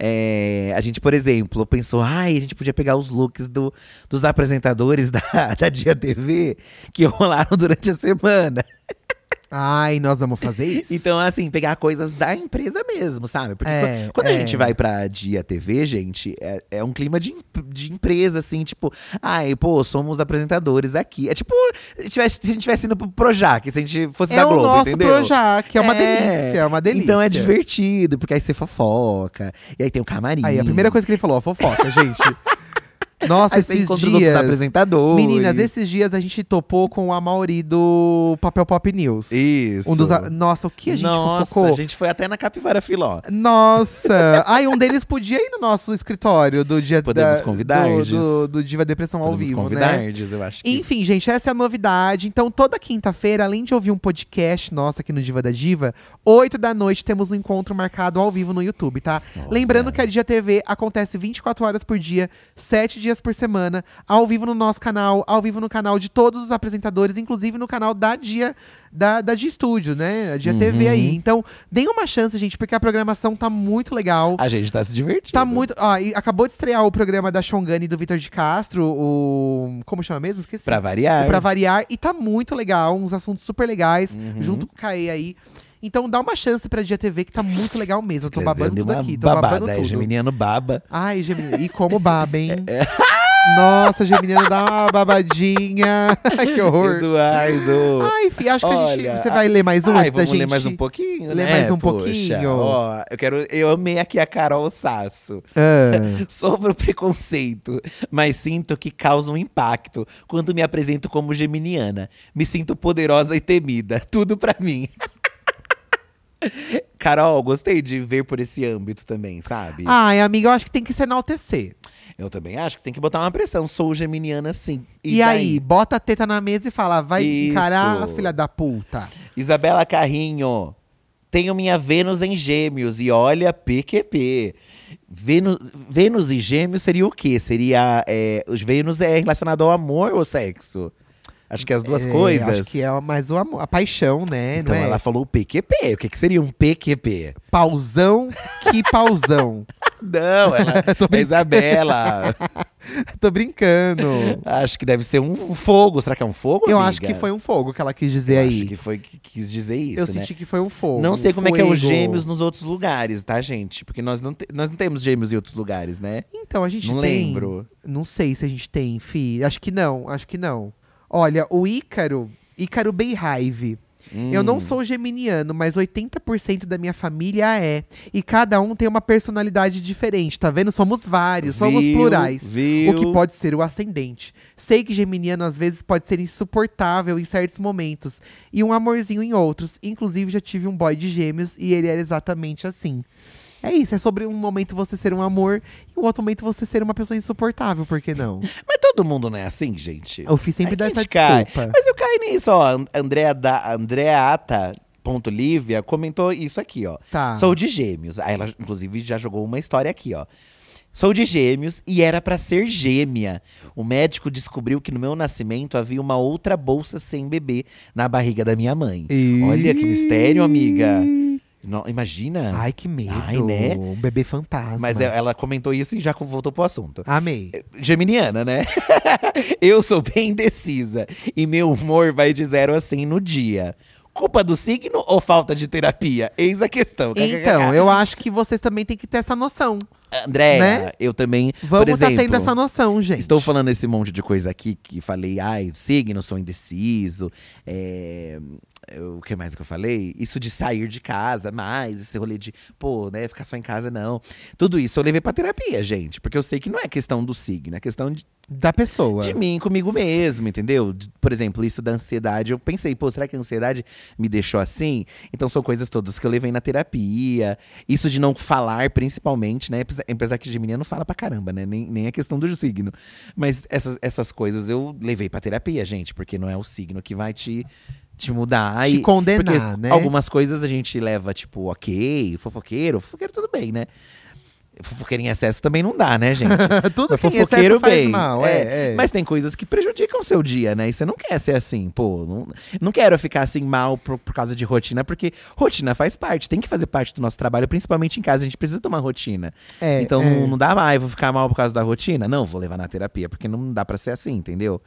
S2: é, a gente, por exemplo, pensou, ai, a gente podia pegar os looks do- dos apresentadores da, da Dia TV que rolaram durante a semana.
S1: Ai, nós vamos fazer isso?
S2: Então, assim, pegar coisas da empresa mesmo, sabe? Porque
S1: É,
S2: quan- quando a
S1: é.
S2: gente vai pra Dia TV, gente, é, é um clima de, em- de empresa, assim, tipo, ai, pô, somos apresentadores aqui. É tipo, se tivesse- se a gente tivesse indo pro Projac, se a gente fosse
S1: é
S2: da
S1: o
S2: Globo,
S1: nosso
S2: entendeu?
S1: Projac, é uma
S2: É.
S1: delícia, é uma delícia.
S2: Então é divertido, porque aí você fofoca, e aí tem o camarim.
S1: Aí, a primeira coisa que ele falou, ó, fofoca, gente. Nossa,
S2: aí você
S1: esses
S2: encontra os outros
S1: dias…
S2: apresentadores.
S1: Meninas, esses dias a gente topou com a Mauri do Papel Pop News.
S2: Isso.
S1: Um dos a- Nossa, o que a gente
S2: Nossa,
S1: fofocou?
S2: a gente foi até na Capivara Filó.
S1: Nossa! Ai, um deles podia ir no nosso escritório do dia
S2: Podemos
S1: da,
S2: convidar,
S1: do,
S2: Gis.
S1: do, do Diva Depressão ao
S2: Podemos
S1: vivo,
S2: convidar,
S1: né?
S2: Erdis, eu acho que…
S1: Enfim, gente, essa é a novidade. Então, toda quinta-feira, além de ouvir um podcast nosso aqui no Diva da Diva, 8 da noite temos um encontro marcado ao vivo no YouTube, tá? Lembrando que a Dia TV acontece 24 horas por dia, 7 dias por semana, ao vivo no nosso canal, ao vivo no canal de todos os apresentadores, inclusive no canal da Dia da, da Dia Estúdio, né? A Dia TV aí. Então, deem uma chance, gente, porque a programação tá muito legal.
S2: A gente tá se divertindo.
S1: Tá muito. Ah, e acabou de estrear o programa da Shongani e do Vitor de Castro, o. Como chama mesmo? Esqueci.
S2: Pra variar. Uhum.
S1: O Pra variar. E tá muito legal, uns assuntos super legais, junto com o Caê aí. Então dá uma chance pra Dia TV, que tá muito legal mesmo. Eu tô babando
S2: Deu
S1: tudo
S2: uma
S1: aqui, tô babando
S2: babada. é,
S1: tudo.
S2: Geminiano baba.
S1: Ai, Gemini. E como baba, hein?
S2: É.
S1: Nossa, Geminiano dá uma babadinha. Ai, que horror.
S2: Eduardo.
S1: Ai, fi, acho que a gente.
S2: Olha,
S1: Você vai ler mais um
S2: Ai,
S1: Ah, antes da
S2: vamos
S1: gente.
S2: ler mais um pouquinho,
S1: Ler
S2: né?
S1: mais um
S2: Poxa,
S1: pouquinho.
S2: Ó, eu quero… Eu amei aqui a Carol Sasso.
S1: Ah.
S2: Sobre o preconceito, mas sinto que causa um impacto quando me apresento como geminiana. Me sinto poderosa e temida. Tudo pra mim. Carol, gostei de ver por esse âmbito também, sabe?
S1: Ah. Ai, amiga, eu acho que tem que se enaltecer.
S2: Eu também acho que tem que botar uma pressão. Sou geminiana, sim.
S1: E, aí, bota a teta na mesa e fala, vai
S2: Isso.
S1: encarar, filha da puta.
S2: Isabela Carrinho. Tenho minha Vênus em Gêmeos e olha PQP. Vênus, Vênus e Gêmeos seria o quê? Seria. é, os Vênus é relacionado ao amor ou sexo? Acho que as duas
S1: É,
S2: coisas.
S1: Acho que é mais o amor, a paixão, né?
S2: Então
S1: não é?
S2: ela falou PQP. O que, que seria um PQP?
S1: Pausão, que pausão.
S2: Não, ela. é Isabela.
S1: Tô brincando.
S2: acho que deve ser um fogo. Será que é um fogo?
S1: Eu
S2: amiga?
S1: acho que foi um fogo que ela quis dizer
S2: Eu
S1: aí.
S2: Acho que foi que quis dizer isso.
S1: eu
S2: né?
S1: senti que foi um fogo.
S2: Não sei
S1: um
S2: como é que é os
S1: fuego.
S2: gêmeos nos outros lugares, tá, gente? Porque nós não, te- nós não temos gêmeos em outros lugares, né?
S1: Então, a gente
S2: Não
S1: tem.
S2: lembro.
S1: Não sei se a gente tem, fi. Acho que não, acho que não. Olha, o Ícaro, Ícaro Beiraive. Eu
S2: Hum.
S1: não sou geminiano, mas 80% da minha família é. E cada um tem uma personalidade diferente, tá vendo? Somos vários, somos
S2: Viu?
S1: plurais.
S2: Viu?
S1: O que pode ser o ascendente. Sei que geminiano às vezes pode ser insuportável em certos momentos e um amorzinho em outros. Inclusive já tive um boy de gêmeos e ele era exatamente assim. É isso, é sobre um momento você ser um amor e um outro momento você ser uma pessoa insuportável, por que não?
S2: Mas todo mundo não é assim, gente.
S1: Eu fiz sempre
S2: Aí
S1: dar
S2: a
S1: essa
S2: gente cai.
S1: desculpa.
S2: Mas eu caí nisso, ó. And- Andrea da Andreata. Ponto Lívia comentou isso aqui, ó.
S1: Tá.
S2: Sou de gêmeos. Aí ela, inclusive, já jogou uma história aqui, ó. Sou de gêmeos e era pra ser gêmea. O médico descobriu que no meu nascimento havia uma outra bolsa sem bebê na barriga da minha mãe. Olha que mistério, amiga. No- imagina.
S1: Ai, que medo.
S2: Ai, né?
S1: Um bebê fantasma.
S2: Mas é- ela comentou isso e já co- voltou pro assunto.
S1: Amei.
S2: Geminiana, né? eu sou bem indecisa e meu humor vai de zero assim no dia. Culpa do signo ou falta de terapia? Eis a questão.
S1: Então, eu acho que vocês também têm que ter essa noção.
S2: Andréia,
S1: né?
S2: eu também. por
S1: Vamos estar
S2: exemplo,
S1: tendo essa noção, gente.
S2: Estou falando esse monte de coisa aqui que falei, ai, signo, sou indeciso. é, O que mais que eu falei? Isso de sair de casa mais, esse rolê de, pô, né, ficar só em casa, não. Tudo isso eu levei pra terapia, gente. Porque eu sei que não é questão do signo, é questão de,
S1: da pessoa.
S2: de mim comigo mesmo, entendeu? De- Por exemplo, isso da ansiedade. Eu pensei, pô, será que a ansiedade me deixou assim? Então são coisas todas que eu levei na terapia. Isso de não falar, principalmente, né? Apesar- Apesar que de menina não fala pra caramba, né? Nem, nem a questão do signo. Mas essas, essas coisas eu levei pra terapia, gente, porque não é o signo que vai te. Te mudar
S1: Te
S2: e-
S1: condenar,
S2: porque
S1: né?
S2: Algumas coisas a gente leva, tipo, ok, fofoqueiro, fofoqueiro tudo bem, né? Fofoqueiro em excesso também não dá, né, gente?
S1: Tudo
S2: Mas
S1: que em excesso
S2: fofoqueiro
S1: faz
S2: bem.
S1: mal, é, é.
S2: Mas tem coisas que prejudicam o seu dia, né? E você não quer ser assim, pô. Não, não quero ficar assim mal por, por causa de rotina, porque rotina faz parte, tem que fazer parte do nosso trabalho, principalmente em casa. A gente precisa tomar rotina.
S1: É,
S2: então
S1: é.
S2: Não, não dá mais, vou ficar mal por causa da rotina. Não, vou levar na terapia, porque não dá pra ser assim, entendeu?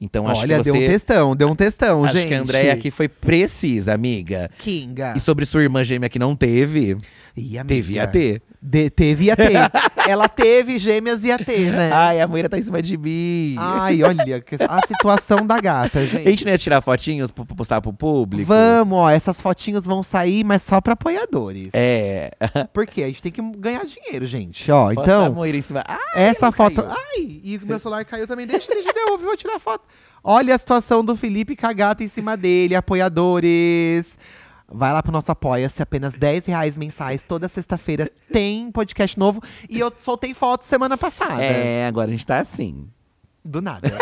S2: Então acho
S1: Olha,
S2: que
S1: deu um
S2: você.
S1: textão, deu um textão,
S2: acho
S1: gente. Ah.
S2: que a Andréia aqui foi precisa, amiga.
S1: Kinga.
S2: E sobre sua irmã gêmea que não teve,
S1: Ih, amiga.
S2: teve a ter.
S1: De- teve ia ter. Ela teve gêmeas ia ter, né?
S2: Ai, a mulher tá em cima de mim.
S1: Ai, olha, que- a situação da gata,
S2: A
S1: gente.
S2: gente não ia tirar fotinhos pra pra postar pro público?
S1: Vamos, ó, essas fotinhas vão sair, mas só pra apoiadores.
S2: É.
S1: Porque a gente tem que ganhar dinheiro, gente. Ó,
S2: Posta a
S1: então,
S2: moira em cima. Ah,
S1: essa
S2: não
S1: foto.
S2: caiu.
S1: Ai, e o meu celular caiu também. Deixa, deixa, devolver, vou tirar a foto. Olha a situação do Felipe com a gata em cima dele, apoiadores. Vai lá pro nosso Apoia-se, apenas 10 reais mensais. Toda sexta-feira tem podcast novo. E eu soltei foto semana passada.
S2: É, agora a gente tá assim.
S1: Do nada.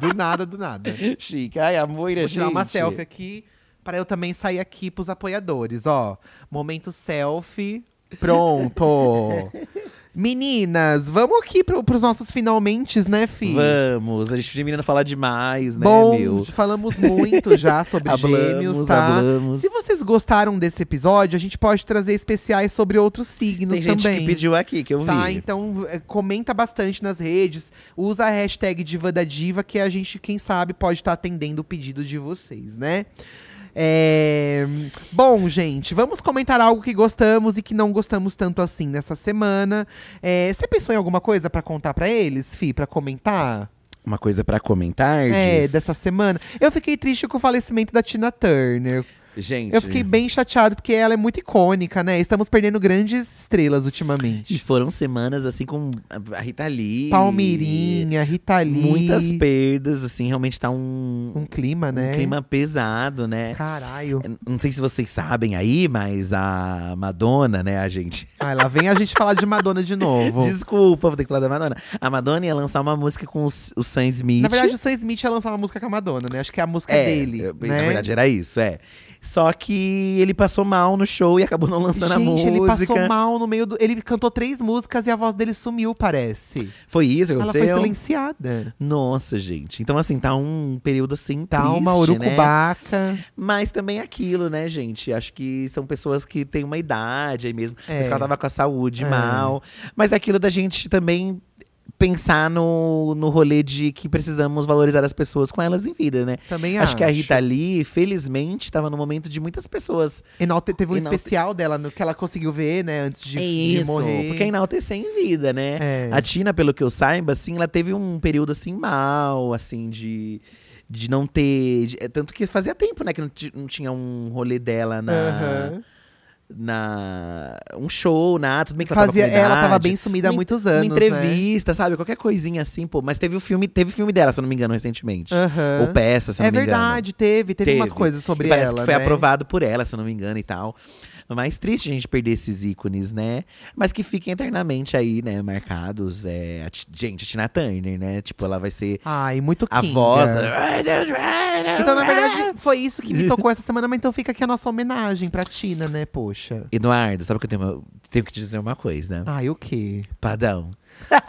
S1: do nada, do nada.
S2: Chique. Ai, a moira,
S1: Vou tirar uma
S2: gente.
S1: selfie aqui para eu também sair aqui pros apoiadores, ó. Momento selfie. Pronto. Meninas, vamos aqui pro, pros nossos finalmente, né, Fi?
S2: Vamos, a gente de menina falar demais, né,
S1: Bom,
S2: meu?
S1: falamos muito já sobre
S2: Hablamos,
S1: gêmeos, tá?
S2: hablamos.
S1: Se vocês gostaram desse episódio, a gente pode trazer especiais sobre outros signos
S2: Tem gente
S1: também.
S2: que pediu aqui, que eu vi.
S1: Tá, então é, comenta bastante nas redes, usa a tá hashtag Diva da Diva, que a gente, quem sabe, pode estar atendendo o pedido de vocês, né? É, Bom, gente, vamos comentar algo que gostamos e que não gostamos tanto assim nessa semana. É, Você pensou em alguma coisa pra contar pra eles, Fi, pra comentar?
S2: Uma coisa pra comentar,
S1: É,
S2: Giz?
S1: dessa semana. Eu fiquei triste com o falecimento da Tina Turner.
S2: Gente.
S1: Eu fiquei bem chateado porque ela é muito icônica, né? Estamos perdendo grandes estrelas
S2: E
S1: ultimamente.
S2: foram semanas assim com a Rita Lee.
S1: Palmeirinha, Rita Lee.
S2: Muitas perdas, assim, realmente tá um,
S1: Um clima, né?
S2: um clima pesado, né?
S1: Caralho.
S2: Não sei se vocês sabem aí, mas a Madonna, né, a gente.
S1: Ai, lá vem a gente falar de Madonna de novo.
S2: Desculpa, vou ter que falar da Madonna. A Madonna ia lançar uma música com os- o Sam Smith.
S1: Na verdade, o Sam Smith ia lançar uma música com a Madonna, né? Acho que é a música
S2: é,
S1: dele.
S2: eu-
S1: né?
S2: na verdade era isso, é. Só que ele passou mal no show e acabou não lançando a
S1: Gente,
S2: música.
S1: ele passou mal no meio do. Ele cantou três músicas e a voz dele sumiu, parece.
S2: Foi isso que
S1: Ela
S2: aconteceu?
S1: foi silenciada.
S2: Nossa, gente. Então, assim, tá um período assim.
S1: Tá
S2: triste,
S1: uma
S2: Né?
S1: urucubaca.
S2: Mas também aquilo, né, gente? Acho que são pessoas que têm uma idade aí mesmo.
S1: É.
S2: Mas que ela tava com a saúde
S1: É.
S2: mal. Mas é aquilo da gente também pensar no, no rolê de que precisamos valorizar as pessoas com elas em vida, né?
S1: Também
S2: Acho, que a Rita Lee, felizmente, tava no momento de muitas pessoas.
S1: Enalte, teve um
S2: Enalte-
S1: especial dela no, que ela conseguiu ver, né? Antes de, de morrer.
S2: Porque enaltecer em vida, né?
S1: É.
S2: A Tina, pelo que eu saiba, assim, ela teve um período assim mal, assim, de. De não ter. de- é, tanto que fazia tempo, né? Que não, ti- não tinha um rolê dela na.
S1: Aham.
S2: na um show, na tudo bem que
S1: Fazia,
S2: ela tava, com
S1: ela tava
S2: idade.
S1: bem sumida há
S2: Uma en-
S1: muitos anos.
S2: Uma entrevista, sabe? Qualquer coisinha assim, pô. Mas teve o filme, teve filme dela, se eu não me engano, recentemente.
S1: Né? Aham.
S2: Ou peça, se eu
S1: É
S2: não me engano.
S1: verdade, teve, teve. umas
S2: Teve.
S1: coisas sobre
S2: E parece
S1: ela.
S2: que foi
S1: né?
S2: aprovado por ela, se eu não me engano, e tal. Mas triste a gente perder esses ícones, né? Mas que fiquem eternamente aí, né? Marcados. É, a Ti- gente, a Tina Turner, né? Tipo, ela vai ser
S1: Ai, muito
S2: a
S1: Kinga.
S2: voz. né?
S1: Então, na verdade, foi isso que me tocou essa semana, mas então fica aqui a nossa homenagem pra Tina, né, poxa.
S2: Eduardo, sabe que eu tenho, uma- tenho que te dizer uma coisa?
S1: Ai, o quê?
S2: Padão.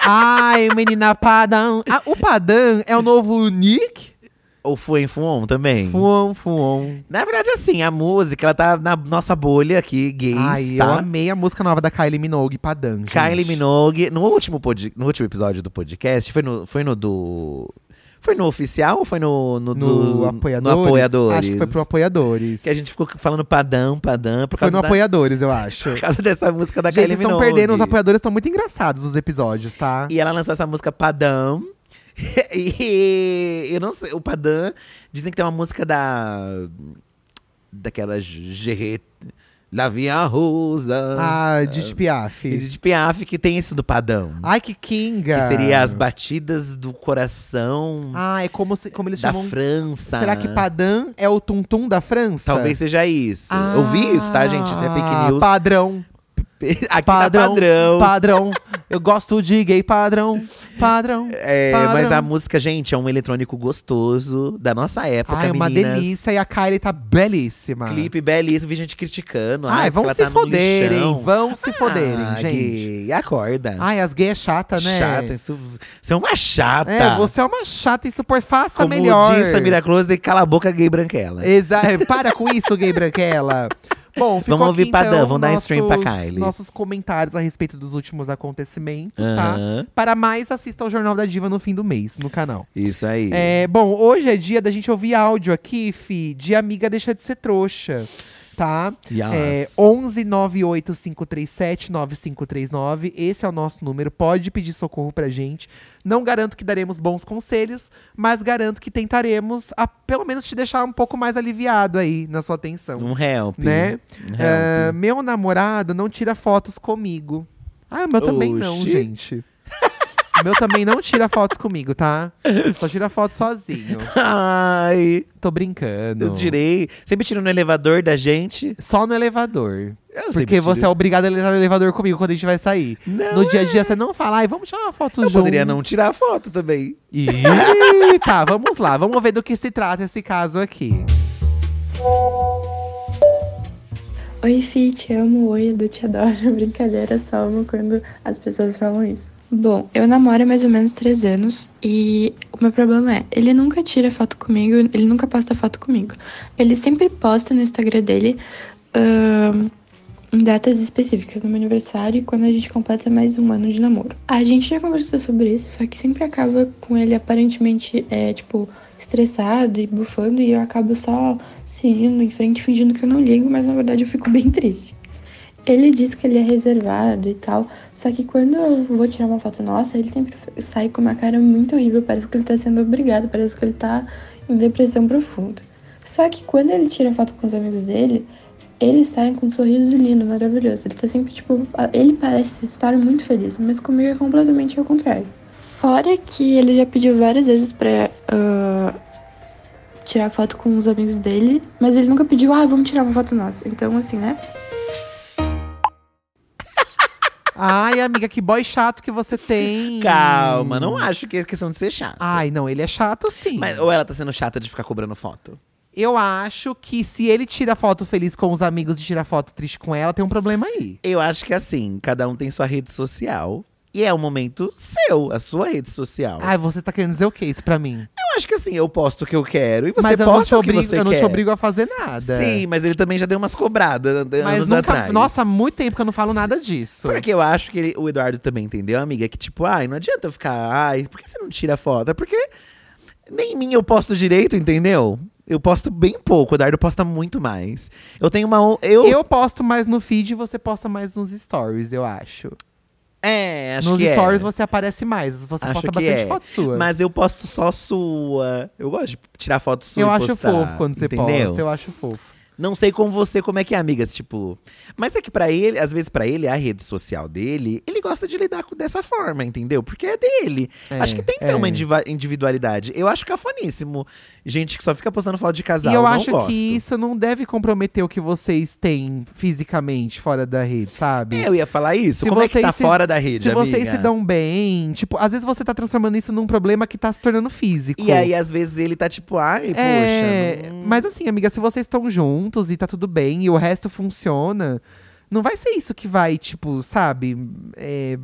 S1: Ai, menina Padam. Ah, o Padam é o novo Nick?
S2: Ou Fuen Fuon também?
S1: Fuon, Fuon.
S2: Na verdade, assim, a música, ela tá na nossa bolha aqui, gays,
S1: Ai, eu
S2: tá?
S1: amei a música nova da Kylie Minogue, Padam. gente.
S2: Kylie Minogue, no último, pod- no último episódio do podcast, foi no, foi no do… Foi no oficial ou foi no… No, do-
S1: No Apoiadores?
S2: No Apoiadores.
S1: Acho que foi pro Apoiadores.
S2: Que a gente ficou falando padão, padão, por
S1: Foi
S2: causa,
S1: no
S2: da-
S1: Apoiadores, eu acho.
S2: por causa dessa música da
S1: Gente,
S2: Kylie
S1: vocês estão
S2: Minogue.
S1: perdendo, os apoiadores estão muito engraçados os episódios, tá?
S2: E ela lançou essa música Padam. e eu não sei, o Padam dizem que tem uma música da. Daquela Gerret. Lavinha Rosa.
S1: Ah, Didi Piaf.
S2: E de Piaf que tem isso do Padam.
S1: Ai, que Kinga!
S2: Que seria as batidas do coração
S1: Ah, é como, se, como eles
S2: da
S1: chamam…
S2: França. né?
S1: Será que Padam é o Tuntum da França?
S2: Talvez seja isso.
S1: Ah,
S2: Eu vi isso, tá, gente? Isso é fake news.
S1: Padrão.
S2: Aqui
S1: Ah, Padrão.
S2: tá padrão.
S1: Padrão. Eu gosto de gay padrão. Padrão.
S2: É, mas
S1: Padrão.
S2: a música, gente, é um eletrônico gostoso da nossa época,
S1: Ai, é uma
S2: meninas.
S1: delícia. E a Kylie tá belíssima.
S2: Clipe belíssimo, vi gente criticando.
S1: Ai,
S2: ai,
S1: vão
S2: porque
S1: se
S2: ela tá no
S1: foderem.
S2: lixão.
S1: Vão se foderem,
S2: Ah,
S1: gente.
S2: gay, acorda.
S1: Ai, as gays é chata, né?
S2: Chata, isso, você é uma chata.
S1: É, você é uma chata e super faça
S2: Como
S1: melhor. É,
S2: diz Samira Close, de cala a boca, gay branquela.
S1: Exa para com isso, gay branquela. Bom, ficou
S2: Vamos ouvir
S1: aqui,
S2: Padam,
S1: então,
S2: vamos dar um stream pra
S1: nossos-
S2: Kylie.
S1: Nossos comentários a respeito dos últimos acontecimentos, tá?
S2: Aham.
S1: Para mais, assista ao Jornal da Diva no fim do mês, no canal.
S2: Isso aí.
S1: É, bom, hoje é dia da gente ouvir áudio aqui, fi, de Amiga Deixa de Ser Trouxa, tá? É,
S2: Yes.
S1: 11 98537 9539. Esse é o nosso número. Pode pedir socorro pra gente. Não garanto que daremos bons conselhos, mas garanto que tentaremos, a, pelo menos, te deixar um pouco mais aliviado aí na sua atenção.
S2: Um help.
S1: Né?
S2: Um help.
S1: Ah, meu namorado não tira fotos comigo. Ah, o meu também não,
S2: Oxi.
S1: gente. O meu também não tira fotos comigo, tá? Só tira foto sozinho.
S2: Ai,
S1: Tô brincando.
S2: eu direi. Sempre tiro no elevador da gente.
S1: Só no elevador.
S2: Eu sempre
S1: Porque
S2: tiro.
S1: você é obrigado a entrar no elevador comigo quando a gente vai sair.
S2: Não é.
S1: no dia a dia você não fala, ai, vamos tirar uma foto
S2: Eu
S1: junto.
S2: poderia não tirar foto também.
S1: Ih, tá, vamos lá, vamos ver do que se trata esse caso aqui.
S3: Oi, Fi, te amo, oi, Edu, te adoro. Brincadeira, é só amo quando as pessoas falam isso. Bom, eu namoro há mais ou menos três anos e o meu problema é, ele nunca tira foto comigo, ele nunca posta foto comigo. Ele sempre posta no Instagram dele ahn, em datas específicas, no meu aniversário e quando a gente completa mais um ano de namoro. A gente já conversou sobre isso, só que sempre acaba com ele aparentemente, é, tipo, estressado e bufando e eu acabo só seguindo em frente, fingindo que eu não ligo, mas na verdade eu fico bem triste. Ele diz que ele é reservado e tal, só que quando eu vou tirar uma foto nossa, ele sempre sai com uma cara muito horrível, parece que ele tá sendo obrigado, parece que ele tá em depressão profunda. Só que quando ele tira foto com os amigos dele, ele sai com um sorriso lindo, maravilhoso. Ele tá sempre, tipo, ele parece estar muito feliz, mas comigo é completamente ao contrário. Fora que ele já pediu várias vezes pra uh, tirar foto com os amigos dele, mas ele nunca pediu, ah, vamos tirar uma foto nossa. Então, assim, né?
S1: Ai, amiga, que boy chato que você tem.
S2: Calma, não acho que é questão de ser chato.
S1: Ai, não, ele é chato sim.
S2: Mas, ou ela tá sendo chata de ficar cobrando foto?
S1: Eu acho que se ele tira foto feliz com os amigos e tira foto triste com ela, tem um problema aí.
S2: Eu acho que assim, cada um tem sua rede social. E é um momento seu, a sua rede social.
S1: Ai, você tá querendo dizer o que isso pra mim?
S2: Eu acho que assim, eu posto o que eu quero e você
S1: mas eu não te
S2: posta o que
S1: obrigo,
S2: você
S1: eu não
S2: quer.
S1: te obrigo a fazer nada.
S2: Sim, mas ele também já deu umas cobradas an-
S1: mas
S2: anos
S1: nunca.
S2: atrás.
S1: Nossa, há muito tempo que eu não falo nada disso.
S2: Porque eu acho que ele- o Eduardo também entendeu, amiga, que tipo, ai, não adianta eu ficar, ai, por que você não tira foto? É porque nem em mim eu posto direito, entendeu? Eu posto bem pouco, o Eduardo posta muito mais. Eu tenho uma. on- Eu,
S1: Eu posto mais no feed e você posta mais nos stories, eu acho.
S2: é, acho
S1: nos
S2: que é.
S1: stories você aparece mais, você
S2: Acho
S1: posta
S2: que
S1: bastante
S2: é.
S1: foto sua.
S2: Mas eu posto só sua. Eu gosto de tirar foto sua.
S1: eu
S2: e
S1: acho
S2: postar,
S1: fofo quando você
S2: entendeu?
S1: posta, eu acho fofo.
S2: Não sei com você como é que é, amigas, tipo. Mas é que pra ele, às vezes pra ele, a rede social dele, ele gosta de lidar com, dessa forma, entendeu? Porque é dele.
S1: É,
S2: acho que tem que ter
S1: é.
S2: uma indiva- individualidade. Eu acho cafoníssimo. Gente que só fica postando foto de casal.
S1: E eu
S2: não
S1: acho
S2: gosto.
S1: que isso não deve comprometer o que vocês têm fisicamente fora da rede, sabe?
S2: É, eu ia falar isso.
S1: Se
S2: como é que
S1: vocês
S2: tá
S1: se-
S2: fora da rede,
S1: Se vocês
S2: amiga?
S1: se dão bem, tipo, às vezes você tá transformando isso num problema que tá se tornando físico.
S2: E aí, às vezes, ele tá tipo, ai,
S1: é,
S2: poxa. não-
S1: mas assim, amiga, se vocês estão juntos e tá tudo bem e o resto funciona, não vai ser isso que vai, tipo, sabe? é,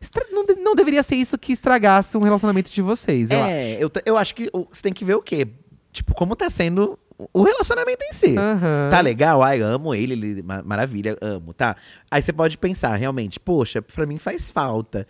S1: estra- não, de- não deveria ser isso que estragasse um relacionamento de vocês, eu acho.
S2: É, eu, ta- eu acho que o- você tem que ver o quê? Tipo, como tá sendo o- o relacionamento em si.
S1: Aham.
S2: Tá legal? Ai, amo ele, ele ma- maravilha, amo, tá? Aí você pode pensar, realmente, poxa, pra mim faz falta.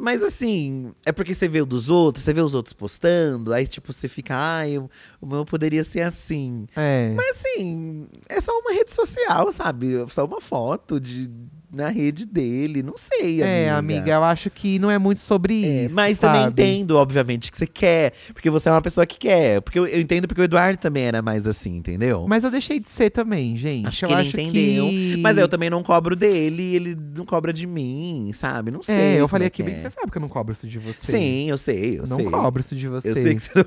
S2: Mas assim, é porque você vê o dos outros, você vê os outros postando, aí tipo, você fica, ai, o o meu poderia ser assim.
S1: É.
S2: Mas assim, é só uma rede social, sabe? É Só uma foto de, na rede dele, não sei.
S1: É, amiga, eu acho que não é muito sobre
S2: É,
S1: isso.
S2: mas
S1: sabe?
S2: também entendo, obviamente, que você quer. Porque você é uma pessoa que quer. Porque eu, eu entendo porque o Eduardo também era mais assim, entendeu?
S1: Mas eu deixei de ser também, gente.
S2: acho
S1: eu
S2: que ele
S1: acho
S2: entendeu.
S1: que-
S2: Mas eu também não cobro dele, ele não cobra de mim, sabe? Não sei.
S1: É, eu
S2: como
S1: falei
S2: é
S1: aqui,
S2: que
S1: bem
S2: é.
S1: que você sabe que eu não cobro isso de você.
S2: Sim, eu sei, eu
S1: não
S2: sei.
S1: cobro isso de você.
S2: Eu sei que você não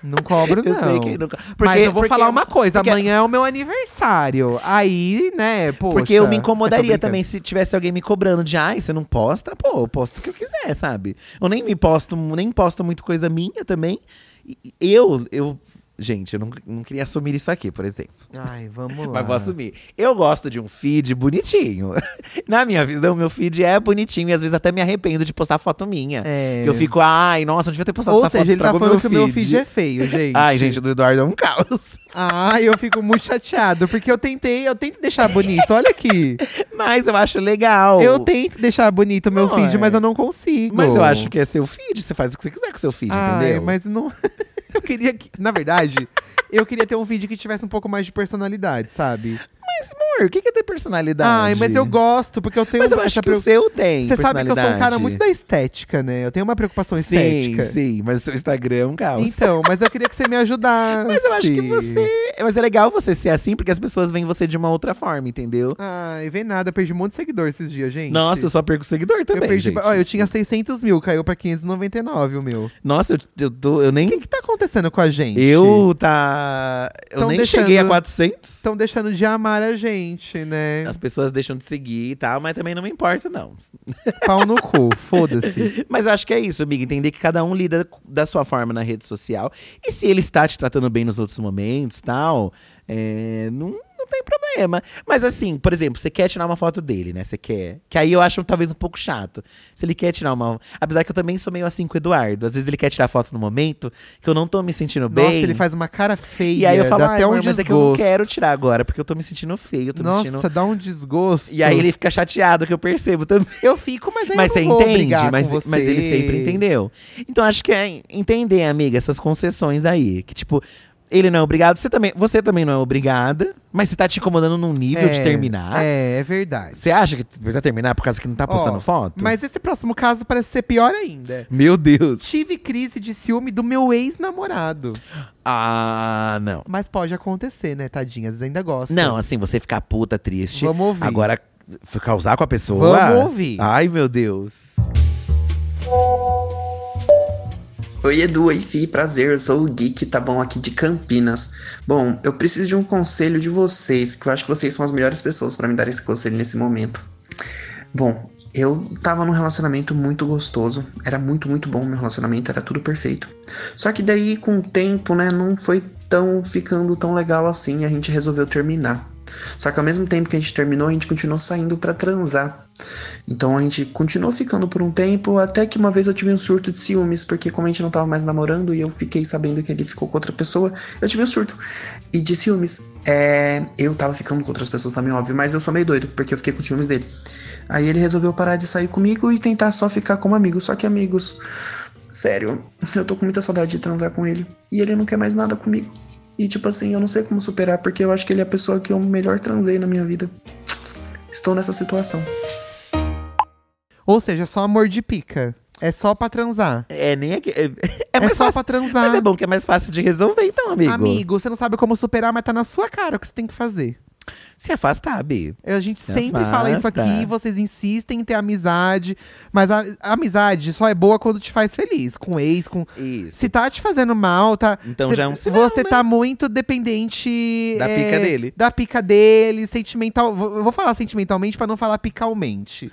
S1: Não cobro, não.
S2: Eu sei que não cobra.
S1: Mas eu vou falar uma coisa,
S2: porque-
S1: amanhã é o meu aniversário. Aí, né, poxa.
S2: Porque eu me
S1: tô
S2: incomodaria
S1: brincando.
S2: também se tivesse alguém me cobrando de ai, você não posta? Pô, eu posto o que eu quiser, sabe? Eu nem me posto, nem posto muito coisa minha também. E- e Eu, eu. Gente, eu não, não queria assumir isso aqui, por exemplo.
S1: Ai, vamos lá.
S2: Mas vou assumir. Eu gosto de um feed bonitinho. Na minha visão, meu feed é bonitinho e às vezes até me arrependo de postar foto minha.
S1: É.
S2: Eu fico, ai, nossa, não devia ter postado
S1: Ou
S2: essa
S1: seja,
S2: foto.
S1: ele tá
S2: estragou
S1: falando que o meu feed é feio, gente.
S2: Ai, gente, o do Eduardo é um caos.
S1: Ai, eu fico muito chateado, porque eu tentei, eu tento deixar bonito. Olha aqui.
S2: Mas eu acho legal.
S1: Eu tento deixar bonito o meu
S2: Não,
S1: feed,
S2: é.
S1: mas eu não consigo.
S2: Mas eu acho que é seu feed, você faz o que você quiser com seu feed,
S1: Ai,
S2: entendeu?
S1: mas não. eu queria que. Na verdade, eu queria ter um vídeo que tivesse um pouco mais de personalidade, sabe?
S2: Mas, amor, o que que é ter personalidade?
S1: Ai, mas eu gosto, porque eu tenho um
S2: Mas eu
S1: essa
S2: acho que
S1: preo-
S2: o seu tem
S1: Você sabe que eu sou um cara muito
S2: personalidade.
S1: da estética, né? Eu tenho uma preocupação
S2: Sim,
S1: estética.
S2: sim, mas o seu Instagram é um caos.
S1: Então, mas eu queria que você me ajudasse.
S2: Mas eu acho que você. Mas é legal você ser assim, porque as pessoas veem você de uma outra forma, entendeu?
S1: Ai, vem nada, eu perdi um monte de seguidor esses dias, gente.
S2: Nossa, eu só perco seguidor
S1: eu
S2: também.
S1: perdi.
S2: gente.
S1: Ó, eu tinha 600 mil, caiu pra 599 o meu.
S2: Nossa, eu, eu, tô, eu nem.
S1: O que, que tá acontecendo com a gente?
S2: Eu tá. Eu
S1: Tão
S2: nem
S1: deixando-
S2: cheguei a 400.
S1: Estão deixando de amar a gente, né?
S2: As pessoas deixam de seguir e tal, mas também não me importa, não.
S1: Pau no cu, foda-se.
S2: Mas eu acho que é isso, amiga. Entender que cada um lida da sua forma na rede social. E se ele está te tratando bem nos outros momentos tal, é, não, não tem problema. Mas assim, por exemplo, você quer tirar uma foto dele, né? Você quer. Que aí eu acho talvez um pouco chato. Se ele quer tirar uma. Apesar que eu também sou meio assim com o Eduardo. Às vezes ele quer tirar foto no momento que eu não tô me sentindo bem.
S1: Nossa, ele faz uma cara feia.
S2: E aí eu falo,
S1: dá
S2: "Ai,
S1: até um
S2: amor, mas
S1: desgosto.
S2: é que eu não quero tirar agora, porque eu tô me sentindo feio, eu tô me sentindo.
S1: Nossa, dá um desgosto.
S2: E aí ele fica chateado, que eu percebo também.
S1: Eu fico, mas aí
S2: Mas
S1: eu
S2: você
S1: não vou
S2: entende,
S1: brigar
S2: mas,
S1: com você.
S2: mas ele sempre entendeu. Então acho que é entender, amiga, essas concessões aí. Que, tipo, Ele não é obrigado, você também, você também não é obrigada, mas se tá te incomodando num nível de
S1: É,
S2: terminar.
S1: É, é verdade.
S2: Você acha que precisa terminar por causa que não tá postando
S1: Ó,
S2: foto?
S1: Mas esse próximo caso parece ser pior ainda.
S2: Meu Deus.
S1: Tive crise de ciúme do meu ex-namorado.
S2: Ah, não.
S1: Mas pode acontecer, né, tadinhas? Ainda gostam.
S2: Não, assim, você ficar puta, triste.
S1: Vamos ouvir.
S2: Agora, f- causar com a pessoa.
S1: Vamos ouvir.
S2: Ai, meu Deus.
S4: Oi Edu, oi Fi, prazer, eu sou o Geek, tá bom, aqui de Campinas. Bom, eu preciso de um conselho de vocês, que eu acho que vocês são as melhores pessoas pra me dar esse conselho nesse momento. Bom, eu tava num relacionamento muito gostoso, era muito, muito bom meu relacionamento, era tudo perfeito. Só que daí, com o tempo, né, não foi tão ficando tão legal assim, a gente resolveu terminar. Só que ao mesmo tempo que a gente terminou, a gente continuou saindo pra transar. Então a gente continuou ficando por um tempo, até que uma vez eu tive um surto de ciúmes, porque como a gente não tava mais namorando e eu fiquei sabendo que ele ficou com outra pessoa, eu tive um surto. E de ciúmes, é, eu tava ficando com outras pessoas também, óbvio, mas eu sou meio doido, porque eu fiquei com ciúmes dele. Aí ele resolveu parar de sair comigo e tentar só ficar como amigo, só que amigos. Sério, eu tô com muita saudade de transar com ele. E ele não quer mais nada comigo. E tipo assim, eu não sei como superar, porque eu acho que ele é a pessoa que eu melhor transei na minha vida. Estou nessa situação.
S1: Ou seja, é só amor de pica. É só pra transar.
S2: É, nem é que. É,
S1: É,
S2: mais
S1: só
S2: fácil.
S1: pra transar.
S2: Mas é bom que é mais fácil de resolver, então, amigo.
S1: Amigo, você não sabe como superar, mas tá na sua cara o que você tem que fazer. É,
S2: Se afastar, Bi.
S1: A gente
S2: Se
S1: sempre fala isso
S2: afasta.
S1: aqui, vocês insistem em ter amizade. Mas a, a amizade só é boa quando te faz feliz. Com ex, com.
S2: Isso.
S1: Se tá te fazendo mal, tá.
S2: Então
S1: cê-
S2: já é um sinal,
S1: Você tá muito dependente. é,
S2: Da pica dele.
S1: Da pica dele, sentimental. vou- Eu vou falar sentimentalmente pra não falar picalmente.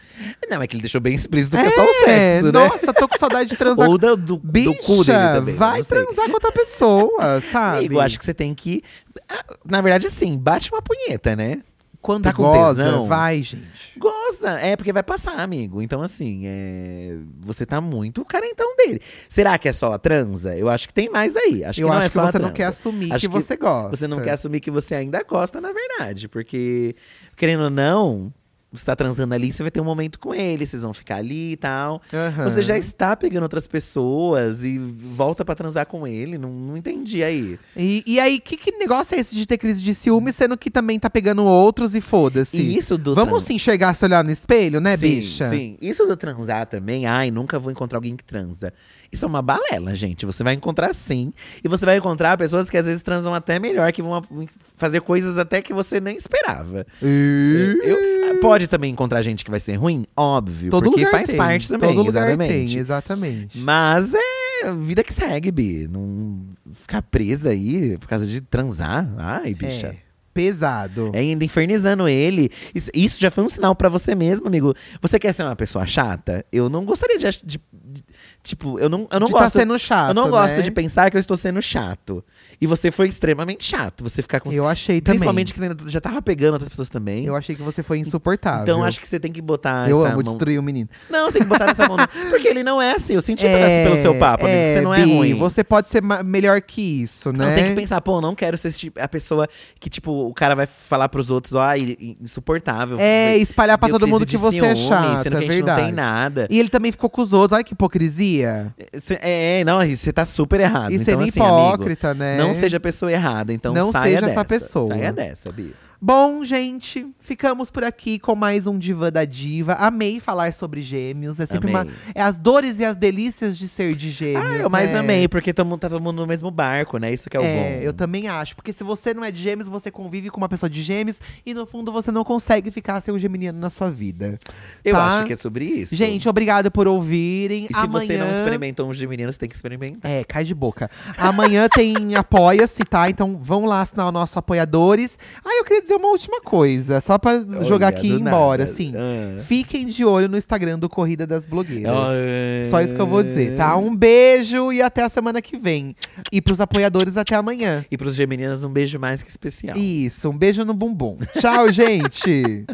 S2: Não, é que ele deixou bem explícito que é só o sexo, né?
S1: Nossa, tô com saudade de transar.
S2: Ou do, do,
S1: Bicha,
S2: do cu dele também.
S1: vai
S2: não sei.
S1: transar com outra pessoa, sabe?
S2: Amigo, acho que você tem que. Ah, Na verdade, sim, bate uma punheta, né?
S1: quando
S2: tá com
S1: goza,
S2: tesão.
S1: vai, gente.
S2: Goza, é porque vai passar, amigo. Então, assim, é... você tá muito o carentão dele. Será que é só a transa? Eu acho que tem mais aí. Acho
S1: Eu
S2: que não
S1: acho
S2: é
S1: que
S2: só a
S1: você não
S2: transa.
S1: quer assumir
S2: Acho
S1: que,
S2: que
S1: você gosta.
S2: Você não quer assumir que você ainda gosta, na verdade. Porque, querendo ou não, você tá transando ali, você vai ter um momento com ele, vocês vão ficar ali e tal.
S1: Aham.
S2: Você já está pegando outras pessoas e volta pra transar com ele. Não, não entendi aí.
S1: E, e aí, que, que negócio é esse de ter crise de ciúme, sendo que também tá pegando outros e foda-se?
S2: E isso do
S1: Vamos
S2: trans-
S1: se enxergar, se olhar no espelho, né, bicha?
S2: Sim, isso do transar também, ai, nunca vou encontrar alguém que transa. Isso é uma balela, gente. Você vai encontrar sim. E você vai encontrar pessoas que às vezes transam até melhor, que vão a- fazer coisas até que você nem esperava.
S1: E-
S2: Eu- pode também encontrar gente que vai ser ruim? Óbvio.
S1: Todo
S2: porque
S1: lugar
S2: faz
S1: tem,
S2: parte também,
S1: Todo lugar
S2: exatamente.
S1: tem, exatamente.
S2: Mas é vida que segue, Bi. Não ficar presa aí por causa de transar. Ai, bicha.
S1: É, pesado.
S2: É, ainda infernizando ele. Isso, isso já foi um sinal pra você mesmo, amigo. Você quer ser uma pessoa chata? Eu não gostaria de. ach- de- de- tipo, eu não, eu não
S1: de
S2: gosto.
S1: tá sendo chato,
S2: eu não
S1: né?
S2: gosto de pensar que eu estou sendo chato. E você foi extremamente chato. Você ficar com.
S1: Eu achei também.
S2: principalmente que você ainda já tava pegando outras pessoas também.
S1: Eu achei que você foi insuportável.
S2: então acho que você tem que botar
S1: Eu
S2: essa
S1: amo
S2: mão.
S1: destruir o menino.
S2: Não, você tem que botar essa mão. no- Porque ele não é assim. Eu senti pelo seu papo, amigo. que Você não é
S1: Bi,
S2: ruim.
S1: Você pode ser ma- melhor que isso, né?
S2: Então você tem que pensar, pô, eu não quero ser esse tipo- a pessoa que, tipo, o cara vai falar pros outros, ó, ele- insuportável.
S1: É, espalhar pra
S2: Deu
S1: todo
S2: crise
S1: mundo que
S2: de
S1: você é
S2: ciúme,
S1: chata,
S2: sendo que a gente
S1: verdade.
S2: não tem nada.
S1: E ele também ficou com os outros. Olha que hipocrisia.
S2: Cê- é, é, não, você tá super errado.
S1: e
S2: então,
S1: sendo
S2: assim,
S1: hipócrita, né?
S2: amigo, não seja a pessoa errada, então
S1: Não
S2: saia
S1: seja
S2: dessa.
S1: essa pessoa.
S2: Saia dessa, Bia.
S1: Bom, gente, ficamos por aqui com mais um Diva da Diva. Amei falar sobre gêmeos. É sempre
S2: Amei.
S1: uma. É as dores e as delícias de ser de gêmeos.
S2: Ah, eu mais
S1: né?
S2: amei, porque todo mundo- tá todo mundo no mesmo barco, né? Isso que é o
S1: É,
S2: bom.
S1: eu também acho. Porque se você não é de gêmeos, você convive com uma pessoa de gêmeos e no fundo você não consegue ficar sem um geminiano na sua vida.
S2: Eu
S1: tá?
S2: acho que é sobre isso.
S1: Gente, obrigado por ouvirem.
S2: e se
S1: Amanhã...
S2: você não experimentou um geminiano, você tem que experimentar.
S1: É, cai de boca. Amanhã tem Apoia-se, tá? Então vão lá assinar o nosso Apoiadores. Ah, eu queria dizer uma última coisa, só pra jogar
S2: Olha,
S1: aqui e
S2: do
S1: ir embora,
S2: nada.
S1: assim.
S2: Ah.
S1: Fiquem de olho no Instagram do Corrida das Blogueiras.
S2: Ah.
S1: Só isso que eu vou dizer, tá? Um beijo e até a semana que vem. E pros apoiadores, até amanhã.
S2: E pros geminianos, um beijo mais que especial.
S1: Isso, um beijo no bumbum. Tchau, gente!